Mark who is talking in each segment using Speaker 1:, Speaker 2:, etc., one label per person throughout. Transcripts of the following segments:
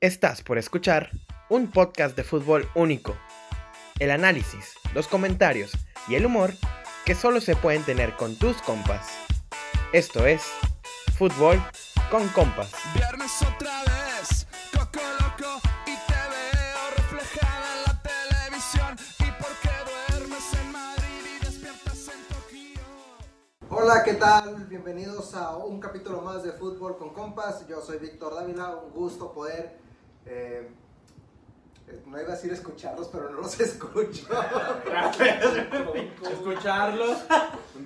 Speaker 1: Estás por escuchar un podcast de fútbol único. El análisis, los comentarios y el humor que solo se pueden tener con tus compas. Esto es Fútbol con Compas.
Speaker 2: Viernes otra vez, coco loco y te veo reflejada en la televisión y porque duermes en Madrid y despiertas en Tokio.
Speaker 3: Hola, ¿qué tal? Bienvenidos a un capítulo más de Fútbol con Compas. Yo soy Víctor Dávila, un gusto poder... eh, eh, no iba a decir escucharlos, pero no los escucho.
Speaker 4: Escucharlos,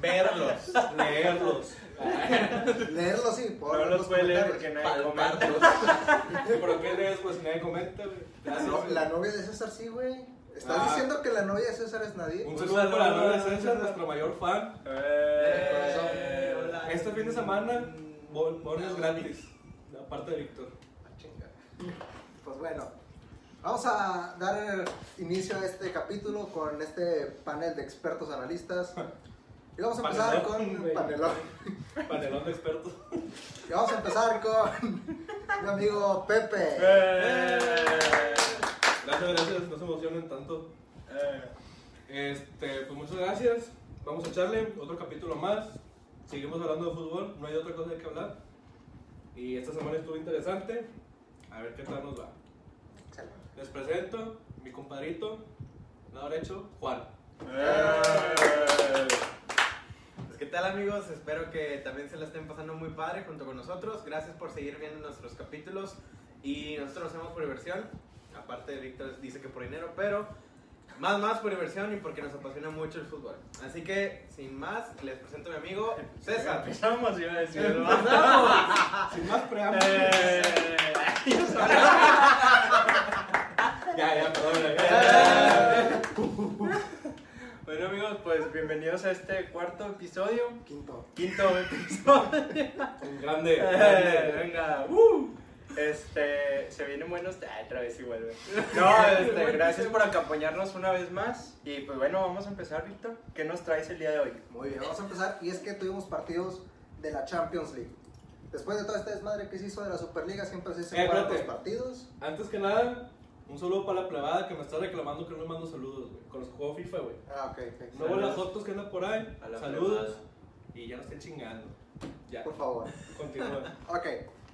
Speaker 4: verlos, leerlos,
Speaker 3: Leerlos sí, por
Speaker 4: No los puede leer porque
Speaker 3: comentarios.
Speaker 4: nadie comenta. ¿Por qué lees? Pues nadie comenta. güey.
Speaker 3: La, no- la novia de César sí, güey. ¿Estás
Speaker 4: Ah.
Speaker 3: diciendo que la novia de César es Pues, nadie?
Speaker 4: Un saludo para la novia de César, nuestro mayor fan. Eh, Este fin de semana, bol- bonos gratis. Aparte de Víctor.
Speaker 3: Ah, chinga. Pues bueno, vamos a dar inicio a este capítulo con este panel de expertos analistas. Y vamos a empezar
Speaker 4: Panelón,
Speaker 3: con...
Speaker 4: güey.
Speaker 3: Panelón.
Speaker 4: Panelón de expertos.
Speaker 3: Y vamos a empezar con mi amigo Pepe.
Speaker 4: Eh. Gracias, gracias, no se emocionen tanto. Eh, Este, pues muchas gracias. Vamos a echarle otro capítulo más. Seguimos hablando de fútbol, no hay otra cosa de que hablar. Y esta semana estuvo interesante. A ver qué tal nos va.
Speaker 3: Excelente.
Speaker 4: Les presento mi compadrito, lado derecho, Juan.
Speaker 5: Pues, ¿Qué tal amigos? Espero que también se la estén pasando muy padre junto con nosotros. Gracias por seguir viendo nuestros capítulos y nosotros lo hacemos por diversión. Aparte Víctor dice que por dinero, pero más más por diversión y porque nos apasiona mucho el fútbol. Así que sin más les presento a mi amigo César.
Speaker 6: Empezamos, iba a decir.
Speaker 5: Empezamos.
Speaker 4: Sin más preámbulos.
Speaker 6: Eh,
Speaker 4: Ya, ya, perdón. ya, ya.
Speaker 5: Eh.
Speaker 6: Bueno amigos, pues bienvenidos a este cuarto episodio,
Speaker 3: Quinto.
Speaker 6: quinto episodio.
Speaker 4: Grande.
Speaker 6: Eh,
Speaker 4: grande.
Speaker 6: venga, uh. Este, se vienen buenos. Ah, otra vez igual. güey. No, este, gracias por acompañarnos una vez más. Y pues bueno, vamos a empezar, Víctor. ¿Qué nos traes el día de hoy?
Speaker 3: Muy bien, vamos a empezar. Y es que tuvimos partidos de la Champions League. Después de toda esta desmadre que se hizo de la Superliga, siempre se
Speaker 4: Eh,
Speaker 3: separan los
Speaker 4: espérate.
Speaker 3: partidos.
Speaker 4: Antes que nada, un saludo para la plebada que me está reclamando que no le mando saludos, güey. Con los que juego FIFA, güey.
Speaker 3: Ah, ok, ok.
Speaker 4: Luego las fotos que andan por ahí,
Speaker 5: A la
Speaker 4: saludos.
Speaker 5: plebada.
Speaker 4: Y ya no estén chingando. Ya,
Speaker 3: Por favor.
Speaker 4: continúa.
Speaker 3: Ok,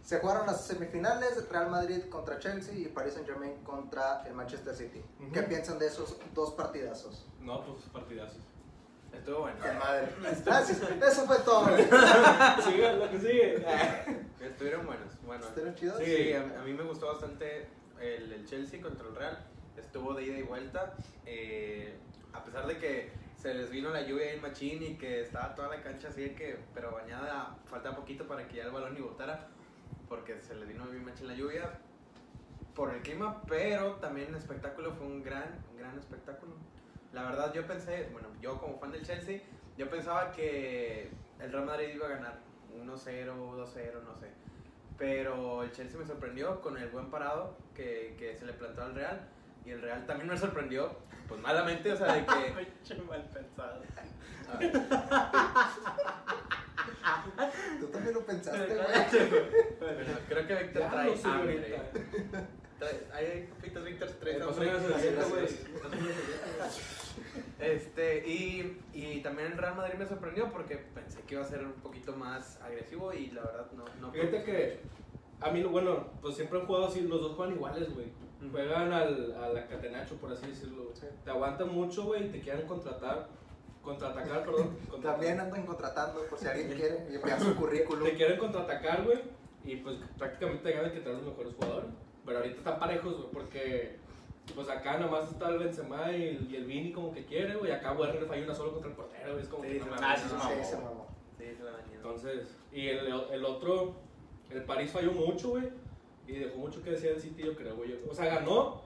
Speaker 3: se jugaron las semifinales Real Madrid contra Chelsea y Paris Saint Germain contra el Manchester City.
Speaker 4: Ujú.
Speaker 3: ¿Qué piensan de esos dos partidazos?
Speaker 4: No, pues partidazos.
Speaker 5: Estuvo bueno.
Speaker 3: ¡Qué madre! Gracias, Ah, eso fue todo.
Speaker 4: Sigue, lo que sigue.
Speaker 5: Estuvieron buenos. Bueno.
Speaker 3: ¿Estuvieron chidos?
Speaker 4: Sí.
Speaker 5: Sí, a, a mí me gustó bastante el, el Chelsea contra el Real. Estuvo de ida y vuelta. eh, a pesar de que se les vino la lluvia en Machín y que estaba toda la cancha así de que, pero bañada, falta poquito para que ya el balón y botara. Porque se les vino bien machín la lluvia por el clima, pero también el espectáculo fue un gran, un gran espectáculo. La verdad, yo pensé, bueno, yo como fan del Chelsea, yo pensaba que el Real Madrid iba a ganar 1-0, 2-0, no sé. Pero el Chelsea me sorprendió con el buen parado que, que se le plantó al Real. Y el Real también me sorprendió, pues malamente, o sea, de que.
Speaker 6: Pinche mal pensado.
Speaker 5: a ver,
Speaker 3: Tú también lo pensaste, güey.
Speaker 5: bueno, creo que Víctor
Speaker 4: Ya
Speaker 5: trae
Speaker 4: lo sé,
Speaker 5: hambre.
Speaker 4: ahorita.
Speaker 5: Trae- Hay copitas Víctor trae
Speaker 4: Eh,
Speaker 5: hambre.
Speaker 4: pásame una servilleta, güey.
Speaker 5: Este, y, y también el Real Madrid me sorprendió porque pensé que iba a ser un poquito más agresivo y la verdad no. no
Speaker 4: Fíjate que a mí, bueno, pues siempre han jugado así, los dos juegan iguales, güey.
Speaker 5: Ujú.
Speaker 4: Juegan al, a la catenacho, por así decirlo. güey. Te aguantan mucho, güey, y te quieren contratar, contraatacar, perdón. contratar.
Speaker 3: También andan contratando por si alguien quiere y vea su currículum.
Speaker 4: Te quieren contraatacar, güey, y pues prácticamente ganan que traen los mejores jugadores. Pero ahorita están parejos, güey, porque pues acá nomás está el Benzema y el, y el Vini como que quiere, güey. Acá Werner le falló una solo contra el portero, güey. Es como
Speaker 5: Sí,
Speaker 4: que
Speaker 5: se
Speaker 4: no
Speaker 5: mamó,
Speaker 4: mames,
Speaker 5: se
Speaker 4: no
Speaker 5: mamó.
Speaker 3: Sí,
Speaker 4: mames.
Speaker 3: se mamó.
Speaker 5: Sí, se la bañaron.
Speaker 4: Entonces, y el, el otro, el París falló mucho, güey. Y dejó mucho que decir el City, yo creo, güey. O sea, ganó,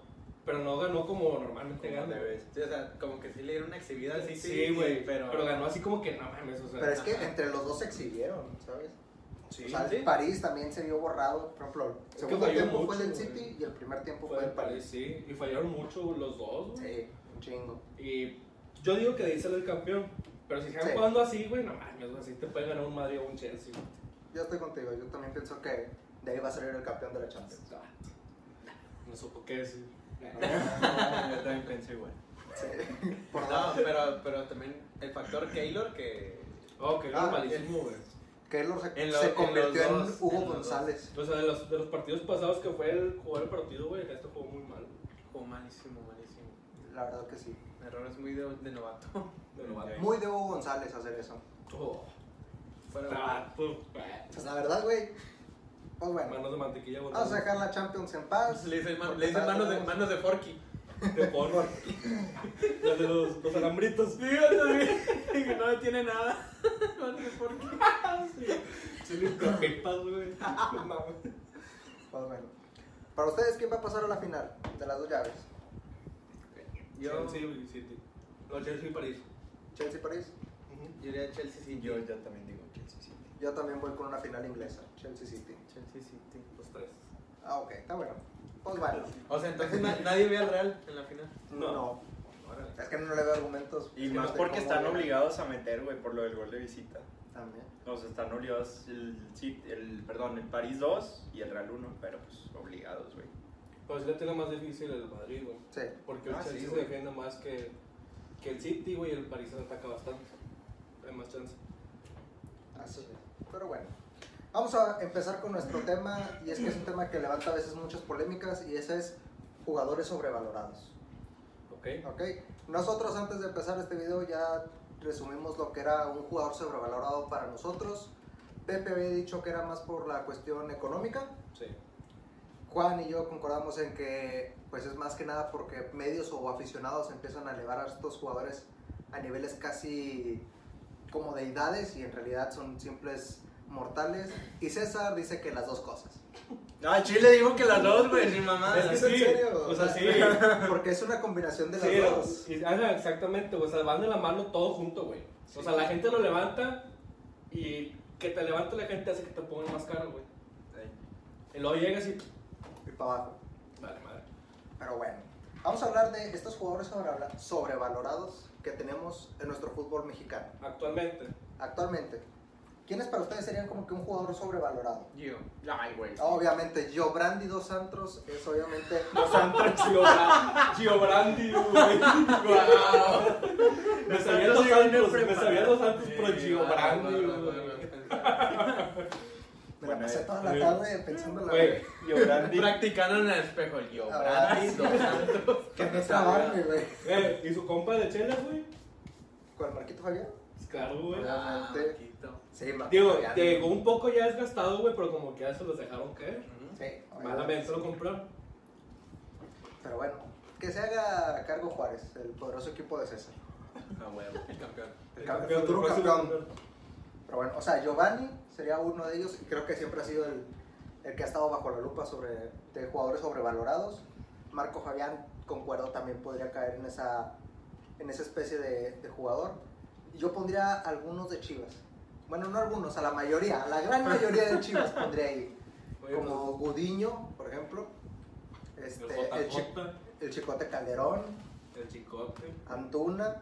Speaker 4: pero no ganó como normalmente
Speaker 5: Como
Speaker 4: gana.
Speaker 5: de
Speaker 4: güey.
Speaker 5: vez. Sí, o sea, como que sí le dieron una exhibida al City.
Speaker 4: Sí, güey, pero...
Speaker 5: pero,
Speaker 4: ganó así como que no mames, o sea.
Speaker 3: Pero es que
Speaker 4: ajá.
Speaker 3: entre los dos se exhibieron, ¿sabes?
Speaker 4: Sí,
Speaker 3: o sea,
Speaker 4: sí.
Speaker 3: el París también se vio borrado. Por ejemplo, el
Speaker 4: que
Speaker 3: segundo
Speaker 4: falló
Speaker 3: tiempo fue
Speaker 4: mucho,
Speaker 3: el del
Speaker 4: güey.
Speaker 3: City y el primer tiempo
Speaker 4: Fue
Speaker 3: fue el
Speaker 4: el París,
Speaker 3: París.
Speaker 4: sí. Y fallaron mucho los dos, güey.
Speaker 3: Sí, un chingo.
Speaker 4: Y yo digo que de ahí sale el campeón. Pero si están
Speaker 3: Sí.
Speaker 4: jugando así, güey, no mames, güey, así te puede ganar un Madrid o un Chelsea, güey.
Speaker 3: Yo estoy contigo, yo también pienso que de ahí va a salir el campeón de la Champions.
Speaker 4: Ah, No supo qué decir.
Speaker 6: Yo también pienso igual.
Speaker 3: Por
Speaker 5: No,
Speaker 3: nada.
Speaker 5: pero, pero también el factor Keylor que.
Speaker 4: Oh, qué
Speaker 3: Ah,
Speaker 4: globalismo, güey.
Speaker 3: Keylor se,
Speaker 5: En lo-
Speaker 3: se
Speaker 5: en
Speaker 3: convirtió en,
Speaker 5: los dos,
Speaker 3: Hugo
Speaker 5: en los
Speaker 3: González.
Speaker 4: O sea, de los, de los partidos pasados que fue el jugar el partido, güey, este jugó muy mal.
Speaker 5: Jugó malísimo, malísimo.
Speaker 3: La verdad que sí.
Speaker 5: oh, Errores muy de, de novato.
Speaker 4: Pero va.
Speaker 3: Muy de Hugo González hacer eso.
Speaker 4: Oh,
Speaker 5: Pero,
Speaker 4: ah, pues,
Speaker 3: Pues la verdad, güey. Pues bueno.
Speaker 4: manos de mantequilla, güey.
Speaker 3: Vamos a dejar la Champions en paz.
Speaker 5: le dicen, man-
Speaker 3: Porque
Speaker 5: le dicen
Speaker 3: está-
Speaker 5: manos, de, manos de Forky.
Speaker 4: De porro. Los de los, los alambritos.
Speaker 5: que no tiene nada. Manos de Forky.
Speaker 4: Sí, los pepas, güey. No mames.
Speaker 3: Pues bueno. Para ustedes, ¿quién va a pasar a la final de las dos llaves?
Speaker 5: Yo,
Speaker 4: Chelsea y City. No, Chelsea y París.
Speaker 3: ¿Chelsea París?
Speaker 5: yo iría a Chelsea City.
Speaker 6: Yo, yo también digo Chelsea City.
Speaker 3: Yo también voy con una final inglesa, Chelsea City.
Speaker 5: Chelsea City.
Speaker 4: Los tres.
Speaker 3: Ah, ok, está bueno. Pues bueno.
Speaker 5: O sea, entonces na- nadie ve al Real en la final.
Speaker 4: No.
Speaker 3: No.
Speaker 5: Órale.
Speaker 3: Es que no le veo argumentos.
Speaker 6: Y
Speaker 3: más
Speaker 6: más
Speaker 3: de
Speaker 6: porque
Speaker 3: cómo
Speaker 6: están
Speaker 3: ganan.
Speaker 6: obligados a meter, güey, por lo del gol de visita.
Speaker 3: También.
Speaker 6: O sea, están obligados el, City- el, perdón, el París 2 y el Real 1, pero pues obligados, güey.
Speaker 4: Pero Pues sí la tengo más difícil el Madrid, güey.
Speaker 3: Sí.
Speaker 4: Porque el
Speaker 6: Ah, sí,
Speaker 4: Chelsea se
Speaker 6: güey.
Speaker 4: defiende más que, que el City, güey, y el París se ataca bastante. Hay más chance.
Speaker 3: Así es. Pero bueno, vamos a empezar con nuestro tema y es que es un tema que levanta a veces muchas polémicas y ese es jugadores sobrevalorados.
Speaker 4: ¿Ok?
Speaker 3: ¿ok? Nosotros antes de empezar este video ya resumimos lo que era un jugador sobrevalorado para nosotros. Pepe había dicho que era más por la cuestión económica.
Speaker 4: Sí.
Speaker 3: Juan y yo concordamos en que pues es más que nada porque medios o aficionados empiezan a elevar a estos jugadores a niveles casi como deidades y en realidad son simples mortales. Y César dice que las dos cosas.
Speaker 6: No, Chile digo que las dos, güey, sin mamá.
Speaker 4: Es que
Speaker 3: ¿es en
Speaker 4: sí,
Speaker 3: serio?
Speaker 4: O sea, sí.
Speaker 3: Porque es una combinación de las
Speaker 4: pues Sí,
Speaker 3: dos.
Speaker 4: y- ajá, exactamente, güey, o sea, van de la mano todo junto, güey. O sea, la gente lo levanta y que te levante la gente hace que te pongan más caro, güey. Y luego llegas y.
Speaker 3: Y para abajo.
Speaker 4: Vale, madre.
Speaker 3: Pero bueno, vamos a hablar de estos jugadores sobrevala- sobrevalorados que tenemos en nuestro fútbol mexicano
Speaker 4: Actualmente,
Speaker 3: actualmente. ¿Quiénes para ustedes serían como que un jugador sobrevalorado?
Speaker 5: Yo.
Speaker 6: Ay, güey.
Speaker 5: Oh,
Speaker 3: Obviamente, yo, Brandy Dos Santos, es obviamente
Speaker 4: los Santos Gio, Bra- Gio Brandi, güey. Me sabía los Santos, me sabía los Santos, pero Gio Brandi, güey.
Speaker 3: Me
Speaker 6: Bueno,
Speaker 3: la pasé
Speaker 6: eh,
Speaker 3: toda la
Speaker 4: eh,
Speaker 3: tarde pensando en la
Speaker 4: Güey,
Speaker 6: Yo, Brandi.
Speaker 5: Practicando en el espejo el yo.
Speaker 3: Ah,
Speaker 5: Brandi,
Speaker 3: sí.
Speaker 5: Dos Santos.
Speaker 3: que no
Speaker 5: no
Speaker 3: trabarme,
Speaker 5: sabía.
Speaker 3: güey.
Speaker 4: eh, ¿y su compa de chelas, güey?
Speaker 3: ¿Con el Marquito Fabián?
Speaker 4: Pues Claro, güey.
Speaker 5: Ah,
Speaker 3: Obviamente.
Speaker 5: Marquito.
Speaker 3: Sí, Marquito
Speaker 4: Digo,
Speaker 3: Fabián.
Speaker 4: llegó un poco ya desgastado, güey, pero como que ya se los dejaron caer.
Speaker 5: Ujú.
Speaker 3: Sí, obviamente.
Speaker 4: Malamente lo compraron.
Speaker 3: Pero bueno, que se haga cargo Juárez, el poderoso equipo de César.
Speaker 6: Ah, güey.
Speaker 5: El campeón.
Speaker 3: El, cam- el futuro
Speaker 4: próximo
Speaker 3: campeón. Pero bueno, o sea, Giovanni sería uno de ellos y creo que siempre ha sido el, el que ha estado bajo la lupa sobre, de jugadores sobrevalorados. Marco Fabián, concuerdo, también podría caer en esa, en esa especie de, de jugador. Yo pondría algunos de Chivas. Bueno, no algunos, a la mayoría, a la gran mayoría de Chivas pondría ahí.
Speaker 4: Oye, pues,
Speaker 3: Como Gudiño, por ejemplo. Este,
Speaker 4: El
Speaker 3: el, Chi-
Speaker 4: JJ,
Speaker 3: el Chicote Calderón,
Speaker 4: el Chicote.
Speaker 3: Antuna.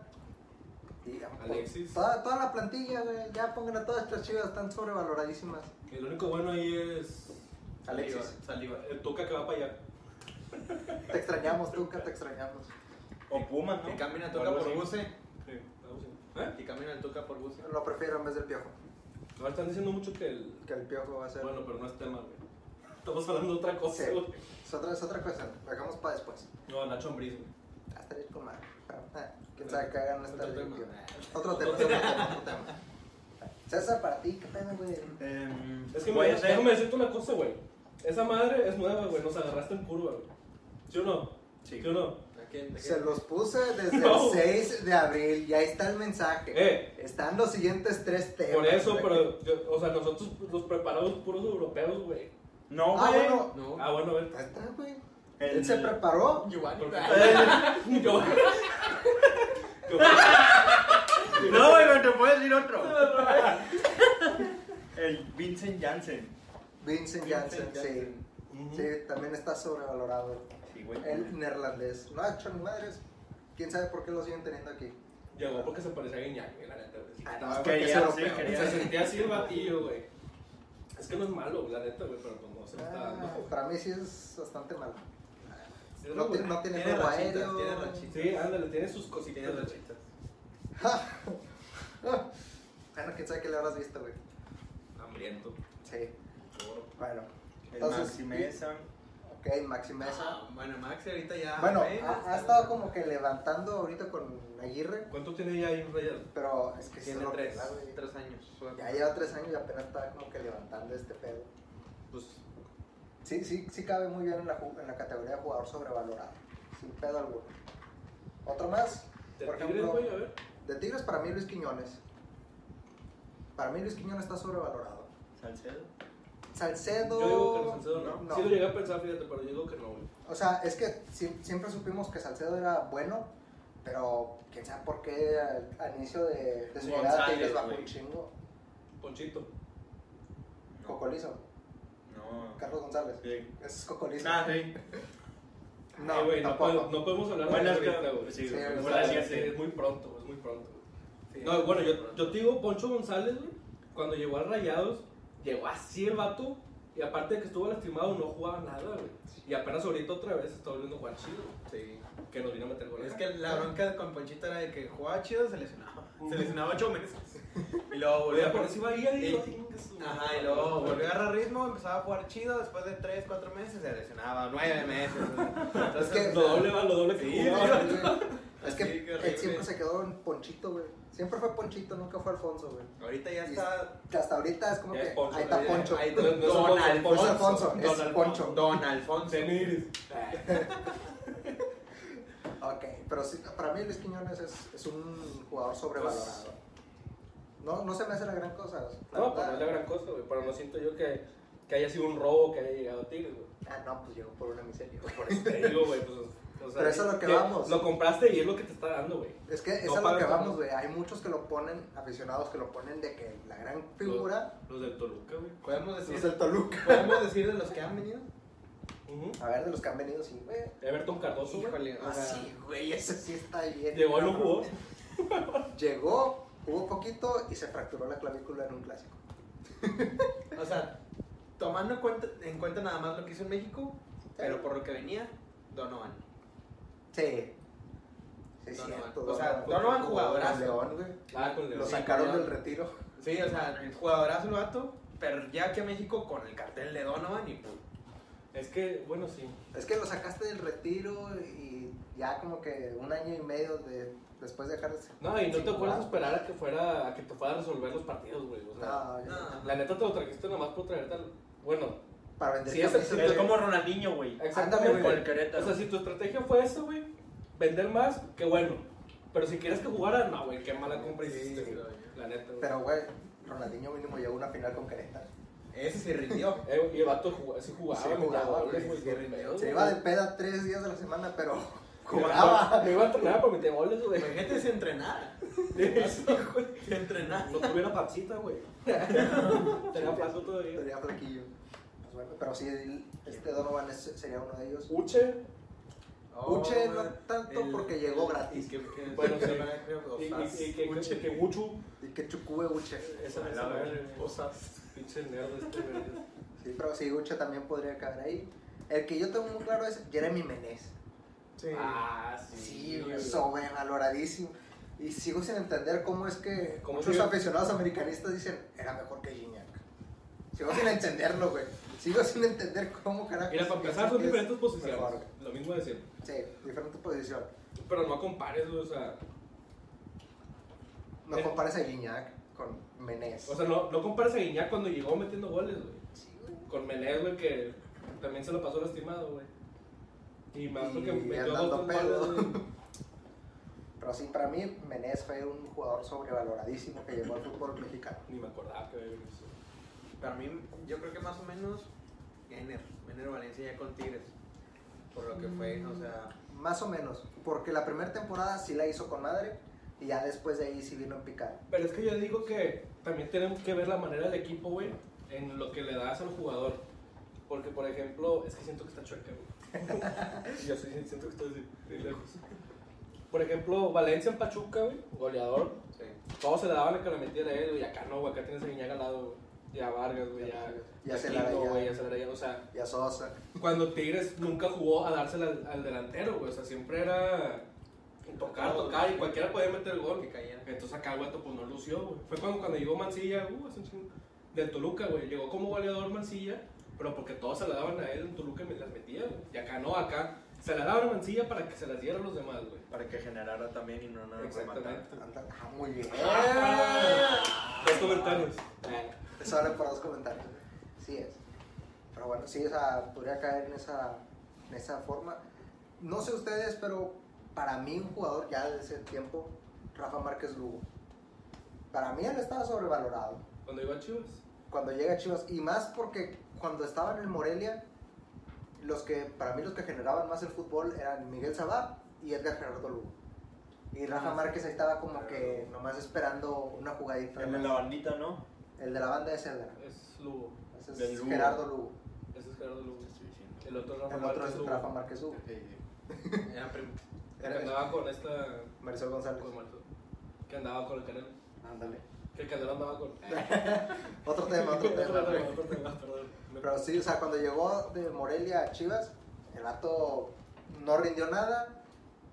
Speaker 3: Y, ah, pues,
Speaker 4: Alexis.
Speaker 3: Toda, toda la plantilla, güey. Ya pongan a todas estas chivas, están sobrevaloradísimas.
Speaker 4: El único bueno ahí es.
Speaker 5: Saliva,
Speaker 3: Alexis.
Speaker 5: saliva.
Speaker 4: El Tuca que va para allá.
Speaker 3: Te extrañamos, Tuca, te extrañamos.
Speaker 6: O Pumas, ¿no?
Speaker 5: Que camina el
Speaker 6: O algo
Speaker 5: Tuca por
Speaker 6: así.
Speaker 5: Buse.
Speaker 4: Sí, vamos a- ¿Eh?
Speaker 5: Que camina el Tuca por Buse.
Speaker 3: Lo prefiero en vez del piojo.
Speaker 4: Ahora están diciendo mucho que el.
Speaker 3: Que el piojo va a ser.
Speaker 4: Bueno, pero no es tema, güey. Estamos hablando de otra cosa,
Speaker 3: Sí.
Speaker 4: güey.
Speaker 3: Es, otra, es otra cosa, lo dejamos para después.
Speaker 4: No, Nacho Ambriz, güey.
Speaker 3: Ah, Estaría con madre. Pero, eh, quién sabe qué hagan esta
Speaker 4: Otro tema.
Speaker 3: limpio. Otro tema, otro tema, otro tema. César, para ti, qué pena, güey.
Speaker 6: Em,
Speaker 4: Es que
Speaker 6: voy
Speaker 4: mira,
Speaker 6: a ser-
Speaker 4: déjame decirte una cosa, güey. Esa madre es nueva, güey. Nos agarraste en curva, güey. ¿Sí o no?
Speaker 6: Sí.
Speaker 4: ¿Sí o no?
Speaker 5: ¿A quién? ¿A
Speaker 3: Se
Speaker 5: quién?
Speaker 3: los puse desde
Speaker 4: No.
Speaker 3: el 6 de abril, ya está el mensaje.
Speaker 4: Eh.
Speaker 3: Están los siguientes tres temas.
Speaker 4: Por eso,
Speaker 3: güey.
Speaker 4: pero. yo- o sea, nosotros los preparamos puros europeos, güey.
Speaker 6: No,
Speaker 3: Ah,
Speaker 6: güey.
Speaker 3: bueno.
Speaker 5: No.
Speaker 4: Ah, bueno, a ver.
Speaker 3: Ahí está, güey.
Speaker 6: El-
Speaker 3: Él se preparó.
Speaker 5: Giovanni.
Speaker 4: Porque- Yo.
Speaker 6: No, güey, pero te puedo decir otro. El Vincent Janssen.
Speaker 3: Vincent Janssen, sí.
Speaker 4: Ujú.
Speaker 3: Sí, también está sobrevalorado.
Speaker 6: Sí, güey.
Speaker 3: El neerlandés. No ha hecho ni madres. Quién sabe por qué lo siguen teniendo aquí.
Speaker 4: Llegó porque se parecía a Guiñac, güey, la neta. güey.
Speaker 3: Ah,
Speaker 6: no,
Speaker 3: porque
Speaker 6: quería,
Speaker 3: es
Speaker 6: sí,
Speaker 3: europeo.
Speaker 6: quería.
Speaker 4: Se sentía así el batillo, güey. Es que no es malo, la neta, güey, pero como se me está
Speaker 3: Ah,
Speaker 4: dando.
Speaker 3: para mí sí es bastante malo. No, te- no tiene juego aéreo.
Speaker 5: tiene rachitas.
Speaker 4: Sí, ándale, tiene sus cositas.
Speaker 5: Tiene rachitas.
Speaker 3: Bueno, quién sabe qué le habrás visto, güey.
Speaker 5: Hambriento.
Speaker 3: Sí,
Speaker 5: Seguro.
Speaker 3: bueno.
Speaker 6: El
Speaker 3: Entonces,
Speaker 6: Maxi Mesa.
Speaker 3: Ok, Maxi Mesa.
Speaker 5: Ah, bueno, Maxi ahorita ya.
Speaker 3: Bueno,
Speaker 5: eh,
Speaker 3: ha, ha estado como que levantando ahorita con Aguirre,
Speaker 4: ¿Cuánto tiene ya ahí un rayado?
Speaker 3: pero es que
Speaker 5: Tiene
Speaker 3: solo
Speaker 5: tres,
Speaker 3: queda, güey.
Speaker 5: tres años.
Speaker 3: Ya lleva tres años y apenas está como que levantando este pedo.
Speaker 4: Pues
Speaker 3: Sí, sí, sí cabe muy bien en la, ju- en la categoría de jugador sobrevalorado. Sin pedo alguno. Otro más.
Speaker 4: ¿Te
Speaker 3: Por
Speaker 4: tigres,
Speaker 3: ejemplo-
Speaker 4: güey? A ver.
Speaker 3: De Tigres para mí Luis Quiñones. Para mí Luis Quiñones está sobrevalorado.
Speaker 6: Salcedo.
Speaker 3: Salcedo.
Speaker 4: Yo digo que no, Salcedo no.
Speaker 3: no.
Speaker 4: Sí lo llegué a pensar, fíjate, pero yo digo que no, güey.
Speaker 3: O sea, es que sie- siempre supimos que Salcedo era bueno, pero quién sabe por qué al, al inicio de, de su llegada
Speaker 6: González,
Speaker 3: Tigres bajó
Speaker 6: güey.
Speaker 3: un chingo.
Speaker 4: Ponchito.
Speaker 3: Cocolizo,
Speaker 6: No.
Speaker 3: Carlos González.
Speaker 6: Sí.
Speaker 3: Ese es Cocolizo.
Speaker 6: Ah, sí.
Speaker 3: No,
Speaker 4: Eh, güey, no,
Speaker 3: tampoco.
Speaker 4: podemos- no podemos hablar
Speaker 6: Bueno,
Speaker 4: de
Speaker 6: es
Speaker 4: eso
Speaker 6: que-
Speaker 4: ahorita, güey.
Speaker 6: sí,
Speaker 3: Sí,
Speaker 6: güey.
Speaker 3: o sea,
Speaker 4: O
Speaker 6: Ahora sí,
Speaker 4: sea,
Speaker 6: sí.
Speaker 4: es muy pronto, es muy pronto. güey. No, bueno, yo, yo te digo, Poncho González, güey, cuando llegó a Rayados, llegó así el vato, y aparte de que estuvo lastimado, no jugaba nada, güey. Y apenas ahorita otra vez está volviendo a jugar chido,
Speaker 5: Sí.
Speaker 4: que nos vino a meter goles.
Speaker 5: Es que la bronca con Ponchito era de que jugaba chido, se lesionaba. Se lesionaba ocho meses. Y luego
Speaker 4: Oye,
Speaker 5: volvió a
Speaker 4: pero si va ahí, ahí,
Speaker 5: Y-
Speaker 4: va, chingue su-
Speaker 5: Ajá, y luego volvió a agarrar ritmo, empezaba a jugar chido, después de 3, 4 meses se lesionaba, 9 meses. Entonces,
Speaker 3: Es que-
Speaker 4: Lo doble va, lo doble que
Speaker 5: Sí,
Speaker 4: jugaba.
Speaker 5: güey.
Speaker 3: Es
Speaker 5: Sí,
Speaker 3: que
Speaker 5: qué
Speaker 3: él
Speaker 5: horrible.
Speaker 3: siempre se quedó en Ponchito, güey. Siempre fue Ponchito, nunca fue Alfonso, güey.
Speaker 5: ahorita ya
Speaker 3: Y-
Speaker 5: está
Speaker 3: Que hasta ahorita es como
Speaker 4: Ya
Speaker 3: que
Speaker 4: es Poncho,
Speaker 3: ahí está
Speaker 4: ya-
Speaker 3: Poncho.
Speaker 5: ahí-
Speaker 4: No, no es
Speaker 5: Don
Speaker 4: Poncho,
Speaker 5: Alfonso.
Speaker 3: No es Alfonso, es
Speaker 5: Don
Speaker 3: Poncho.
Speaker 5: Don Alfonso.
Speaker 4: Teniris.
Speaker 3: Ok, pero sí, para mí Luis Quiñones es, es un jugador sobrevalorado. No, no se me hace la gran cosa. la
Speaker 4: Pues, No,
Speaker 3: verdad.
Speaker 4: pues no es la gran cosa, güey, pero no siento yo que, que haya sido un robo que haya llegado a Tigres, güey.
Speaker 3: Ah, no, pues llegó por una miseria. güey.
Speaker 4: Por eso te digo, güey, pues, o sea,
Speaker 3: Pero eso es lo que vamos.
Speaker 4: Lo compraste y es lo que te está dando, güey.
Speaker 3: Es que eso
Speaker 4: No
Speaker 3: es a lo que
Speaker 4: pagas,
Speaker 3: vamos,
Speaker 4: ¿no?
Speaker 3: güey. Hay muchos que lo ponen, aficionados que lo ponen de que la gran figura
Speaker 4: Los del Toluca, güey.
Speaker 5: Podemos
Speaker 3: es
Speaker 5: decir,
Speaker 3: el Toluca.
Speaker 5: podemos decir de los que han venido.
Speaker 4: Ujú.
Speaker 3: A ver, de los que han venido, sí, güey.
Speaker 4: Everton Cardoso, güey.
Speaker 5: Híjole, o
Speaker 3: Ah,
Speaker 5: sea,
Speaker 3: sí, güey, ese sí está bien.
Speaker 4: Llegó y no
Speaker 3: cabrón.
Speaker 4: jugó.
Speaker 3: Llegó, jugó poquito y se fracturó la clavícula en un clásico.
Speaker 5: o sea, tomando en cuenta, en cuenta nada más lo que hizo en México, pero por lo que venía, Donovan.
Speaker 3: Sí. Sí, es
Speaker 5: Donovan.
Speaker 3: cierto.
Speaker 5: O sea,
Speaker 3: jugó
Speaker 5: Donovan
Speaker 3: con
Speaker 5: jugadorazo.
Speaker 3: León, güey.
Speaker 4: Ah, con el
Speaker 3: Lo
Speaker 5: Sí,
Speaker 3: sacaron
Speaker 5: León.
Speaker 3: del retiro.
Speaker 5: Sí, o sea, el jugadorazo el vato, pero ya que México con el cartel de Donovan y pues,
Speaker 4: Es que, bueno, sí.
Speaker 3: Es que lo sacaste del retiro y ya como que un año y medio de, después de dejar de ser-
Speaker 4: No, y no
Speaker 3: Sí,
Speaker 4: te puedes
Speaker 3: claro.
Speaker 4: esperar a que fuera, a que te fuera a resolver los partidos, güey. O sea,
Speaker 3: No, ya
Speaker 5: No.
Speaker 3: no.
Speaker 4: la neta te lo trajiste nomás por traerte al... Bueno,
Speaker 3: Para vender
Speaker 4: Sí, es el-
Speaker 3: camisas,
Speaker 6: Es
Speaker 3: güey.
Speaker 6: como Ronaldinho, güey.
Speaker 4: exactamente.
Speaker 6: Con el Querétaro.
Speaker 4: O sea, si tu estrategia fue eso, güey, vender más, qué bueno. Pero si quieres que jugara, no, güey, qué mala compra
Speaker 5: Sí,
Speaker 4: hiciste, güey.
Speaker 5: pero-
Speaker 4: La neta, güey.
Speaker 3: Pero, güey, Ronaldinho mínimo llegó a una final con Querétaro.
Speaker 5: ese se rindió.
Speaker 4: Eh, y el vato jugaba, sí jugaba,
Speaker 3: Sí
Speaker 4: güey,
Speaker 3: jugaba,
Speaker 4: jugaba,
Speaker 3: güey,
Speaker 4: güey,
Speaker 5: sí,
Speaker 4: qué
Speaker 5: rindió.
Speaker 4: pedo,
Speaker 3: Se
Speaker 4: güey.
Speaker 3: iba de peda tres días de la semana, pero
Speaker 4: Jugaba.
Speaker 3: jugaba.
Speaker 4: Me iba a entrenar para meter goles, güey.
Speaker 5: Imagínate si entrenara. Si entrenara.
Speaker 4: No tuviera papsita, güey. Tenía paso todavía.
Speaker 3: Tenía flaquillo. Pues bueno, pero sí, este Donovan es- sería uno de ellos.
Speaker 4: Uche,
Speaker 3: Uche
Speaker 5: Oh,
Speaker 3: no tanto porque llegó gratis.
Speaker 5: Y que, que,
Speaker 4: Bueno,
Speaker 5: que-
Speaker 4: sí.
Speaker 5: que-
Speaker 4: y,
Speaker 5: osas.
Speaker 4: y- y que,
Speaker 5: Uche.
Speaker 4: que Uchu.
Speaker 3: Y que Chucube Uche.
Speaker 4: Esa
Speaker 6: A
Speaker 4: es
Speaker 6: la
Speaker 4: la
Speaker 6: verga.
Speaker 4: Cosas. Pinche nerd este, verga.
Speaker 3: Sí, pero sí, Uche también podría caber ahí. El que yo tengo muy claro es Jeremy Menez.
Speaker 5: Sí.
Speaker 4: Ah,
Speaker 3: Sí, güey, sobrevaloradísimo. Y sigo sin entender cómo es que
Speaker 4: ¿Cómo
Speaker 3: muchos
Speaker 4: sigue?
Speaker 3: aficionados americanistas dicen, era mejor que Gignac. Sigo sin entenderlo, güey. Sigo sin entender cómo carajo.
Speaker 4: Mira, para empezar, son diferentes posiciones.
Speaker 3: mejor.
Speaker 4: Lo mismo de siempre.
Speaker 3: Sí, diferente posición.
Speaker 4: Pero no compares, güey, o sea.
Speaker 3: No
Speaker 4: Eh.
Speaker 3: compares a Gignac con Menez.
Speaker 4: O sea, no, no compares a Guiñac cuando llegó metiendo goles, güey.
Speaker 3: Sí, güey.
Speaker 4: Con Menez, güey, que también se lo pasó lastimado, güey. Y más
Speaker 3: Y
Speaker 4: porque metió
Speaker 3: andando
Speaker 4: dos tres goles,
Speaker 3: pedo.
Speaker 4: güey.
Speaker 3: Pero sí, para mí, Menez fue un jugador sobrevaloradísimo que llegó al fútbol mexicano.
Speaker 4: Ni me acordaba que había venido eso.
Speaker 5: Para mí, yo creo que más o menos Ener, Ener Valencia ya con Tigres. Por lo que fue, o sea,
Speaker 3: Más o menos, porque la primera temporada sí la hizo con madre y ya después de ahí sí vino en picada.
Speaker 4: Pero es que yo digo que también tenemos que ver la manera del equipo, güey, en lo que le das al jugador. Porque, por ejemplo, es que siento que está chueca, güey. yo sí siento que está así, de lejos. Por ejemplo, Valencia en Pachuca, güey, goleador.
Speaker 5: sí.
Speaker 4: Todos se le daban la que le metiera a él, güey. Acá no, güey, acá tienes a Guiñaga al lado, güey. Ya Vargas, güey, ya.
Speaker 3: Ya se la
Speaker 4: Aquino,
Speaker 3: veía.
Speaker 4: güey, ya se la veía. O sea,
Speaker 3: Y a Sosa.
Speaker 4: cuando Tigres nunca jugó a dársela al, al delantero, güey. O sea, siempre era tocar, tocar y cualquiera podía meter el gol.
Speaker 5: que cayeran.
Speaker 4: Entonces acá el guato pues no lució, güey. Fue cuando, cuando llegó Mancilla, uh, hace un chingo, del Toluca, güey. Llegó como goleador Mancilla, pero porque todos se la daban a él en Toluca y me las metía, güey. Y acá no, acá se la daban a Mancilla para que se las dieran los demás, güey.
Speaker 6: Para que generara también y no nada más matar.
Speaker 4: Exactamente.
Speaker 3: Anda- Ah, muy bien.
Speaker 4: Los comentarios.
Speaker 3: Eso vale por dos comentarios. ¿eh? Sí es. Pero bueno, sí, o sea, podría caer en esa, en esa forma. No sé ustedes, pero para mí un jugador ya de ese tiempo, Rafa Márquez Lugo. Para mí él estaba sobrevalorado.
Speaker 4: Cuando iba a Chivas.
Speaker 3: Cuando llega a Chivas, y más porque cuando estaba en el Morelia, los que, para mí los que generaban más el fútbol eran Miguel Sabá y Edgar Gerardo Lugo. Y Rafa Márquez ahí estaba como que nomás esperando una jugadita.
Speaker 6: En la bandita, ¿no?
Speaker 3: El de la banda es Edgar.
Speaker 4: Es Lugo.
Speaker 3: Ese es
Speaker 6: Del Lugo.
Speaker 3: Gerardo Lugo.
Speaker 4: Ese es Gerardo Lugo. El otro Rafa
Speaker 3: El otro
Speaker 4: Márquez
Speaker 3: es
Speaker 4: Lugo.
Speaker 3: Rafa Márquez Lugo.
Speaker 4: Mm.
Speaker 5: Era prim-
Speaker 4: Que andaba con esta.
Speaker 3: Marisol González.
Speaker 4: con Marzo, Pues, Que andaba con el canal.
Speaker 3: Ándale.
Speaker 4: Que el canal andaba con.
Speaker 3: Otro tema, otro tema. güey.
Speaker 4: Otro tema, perdón. Me-
Speaker 3: Pero sí, o sea, cuando llegó de Morelia a Chivas, el vato no rindió nada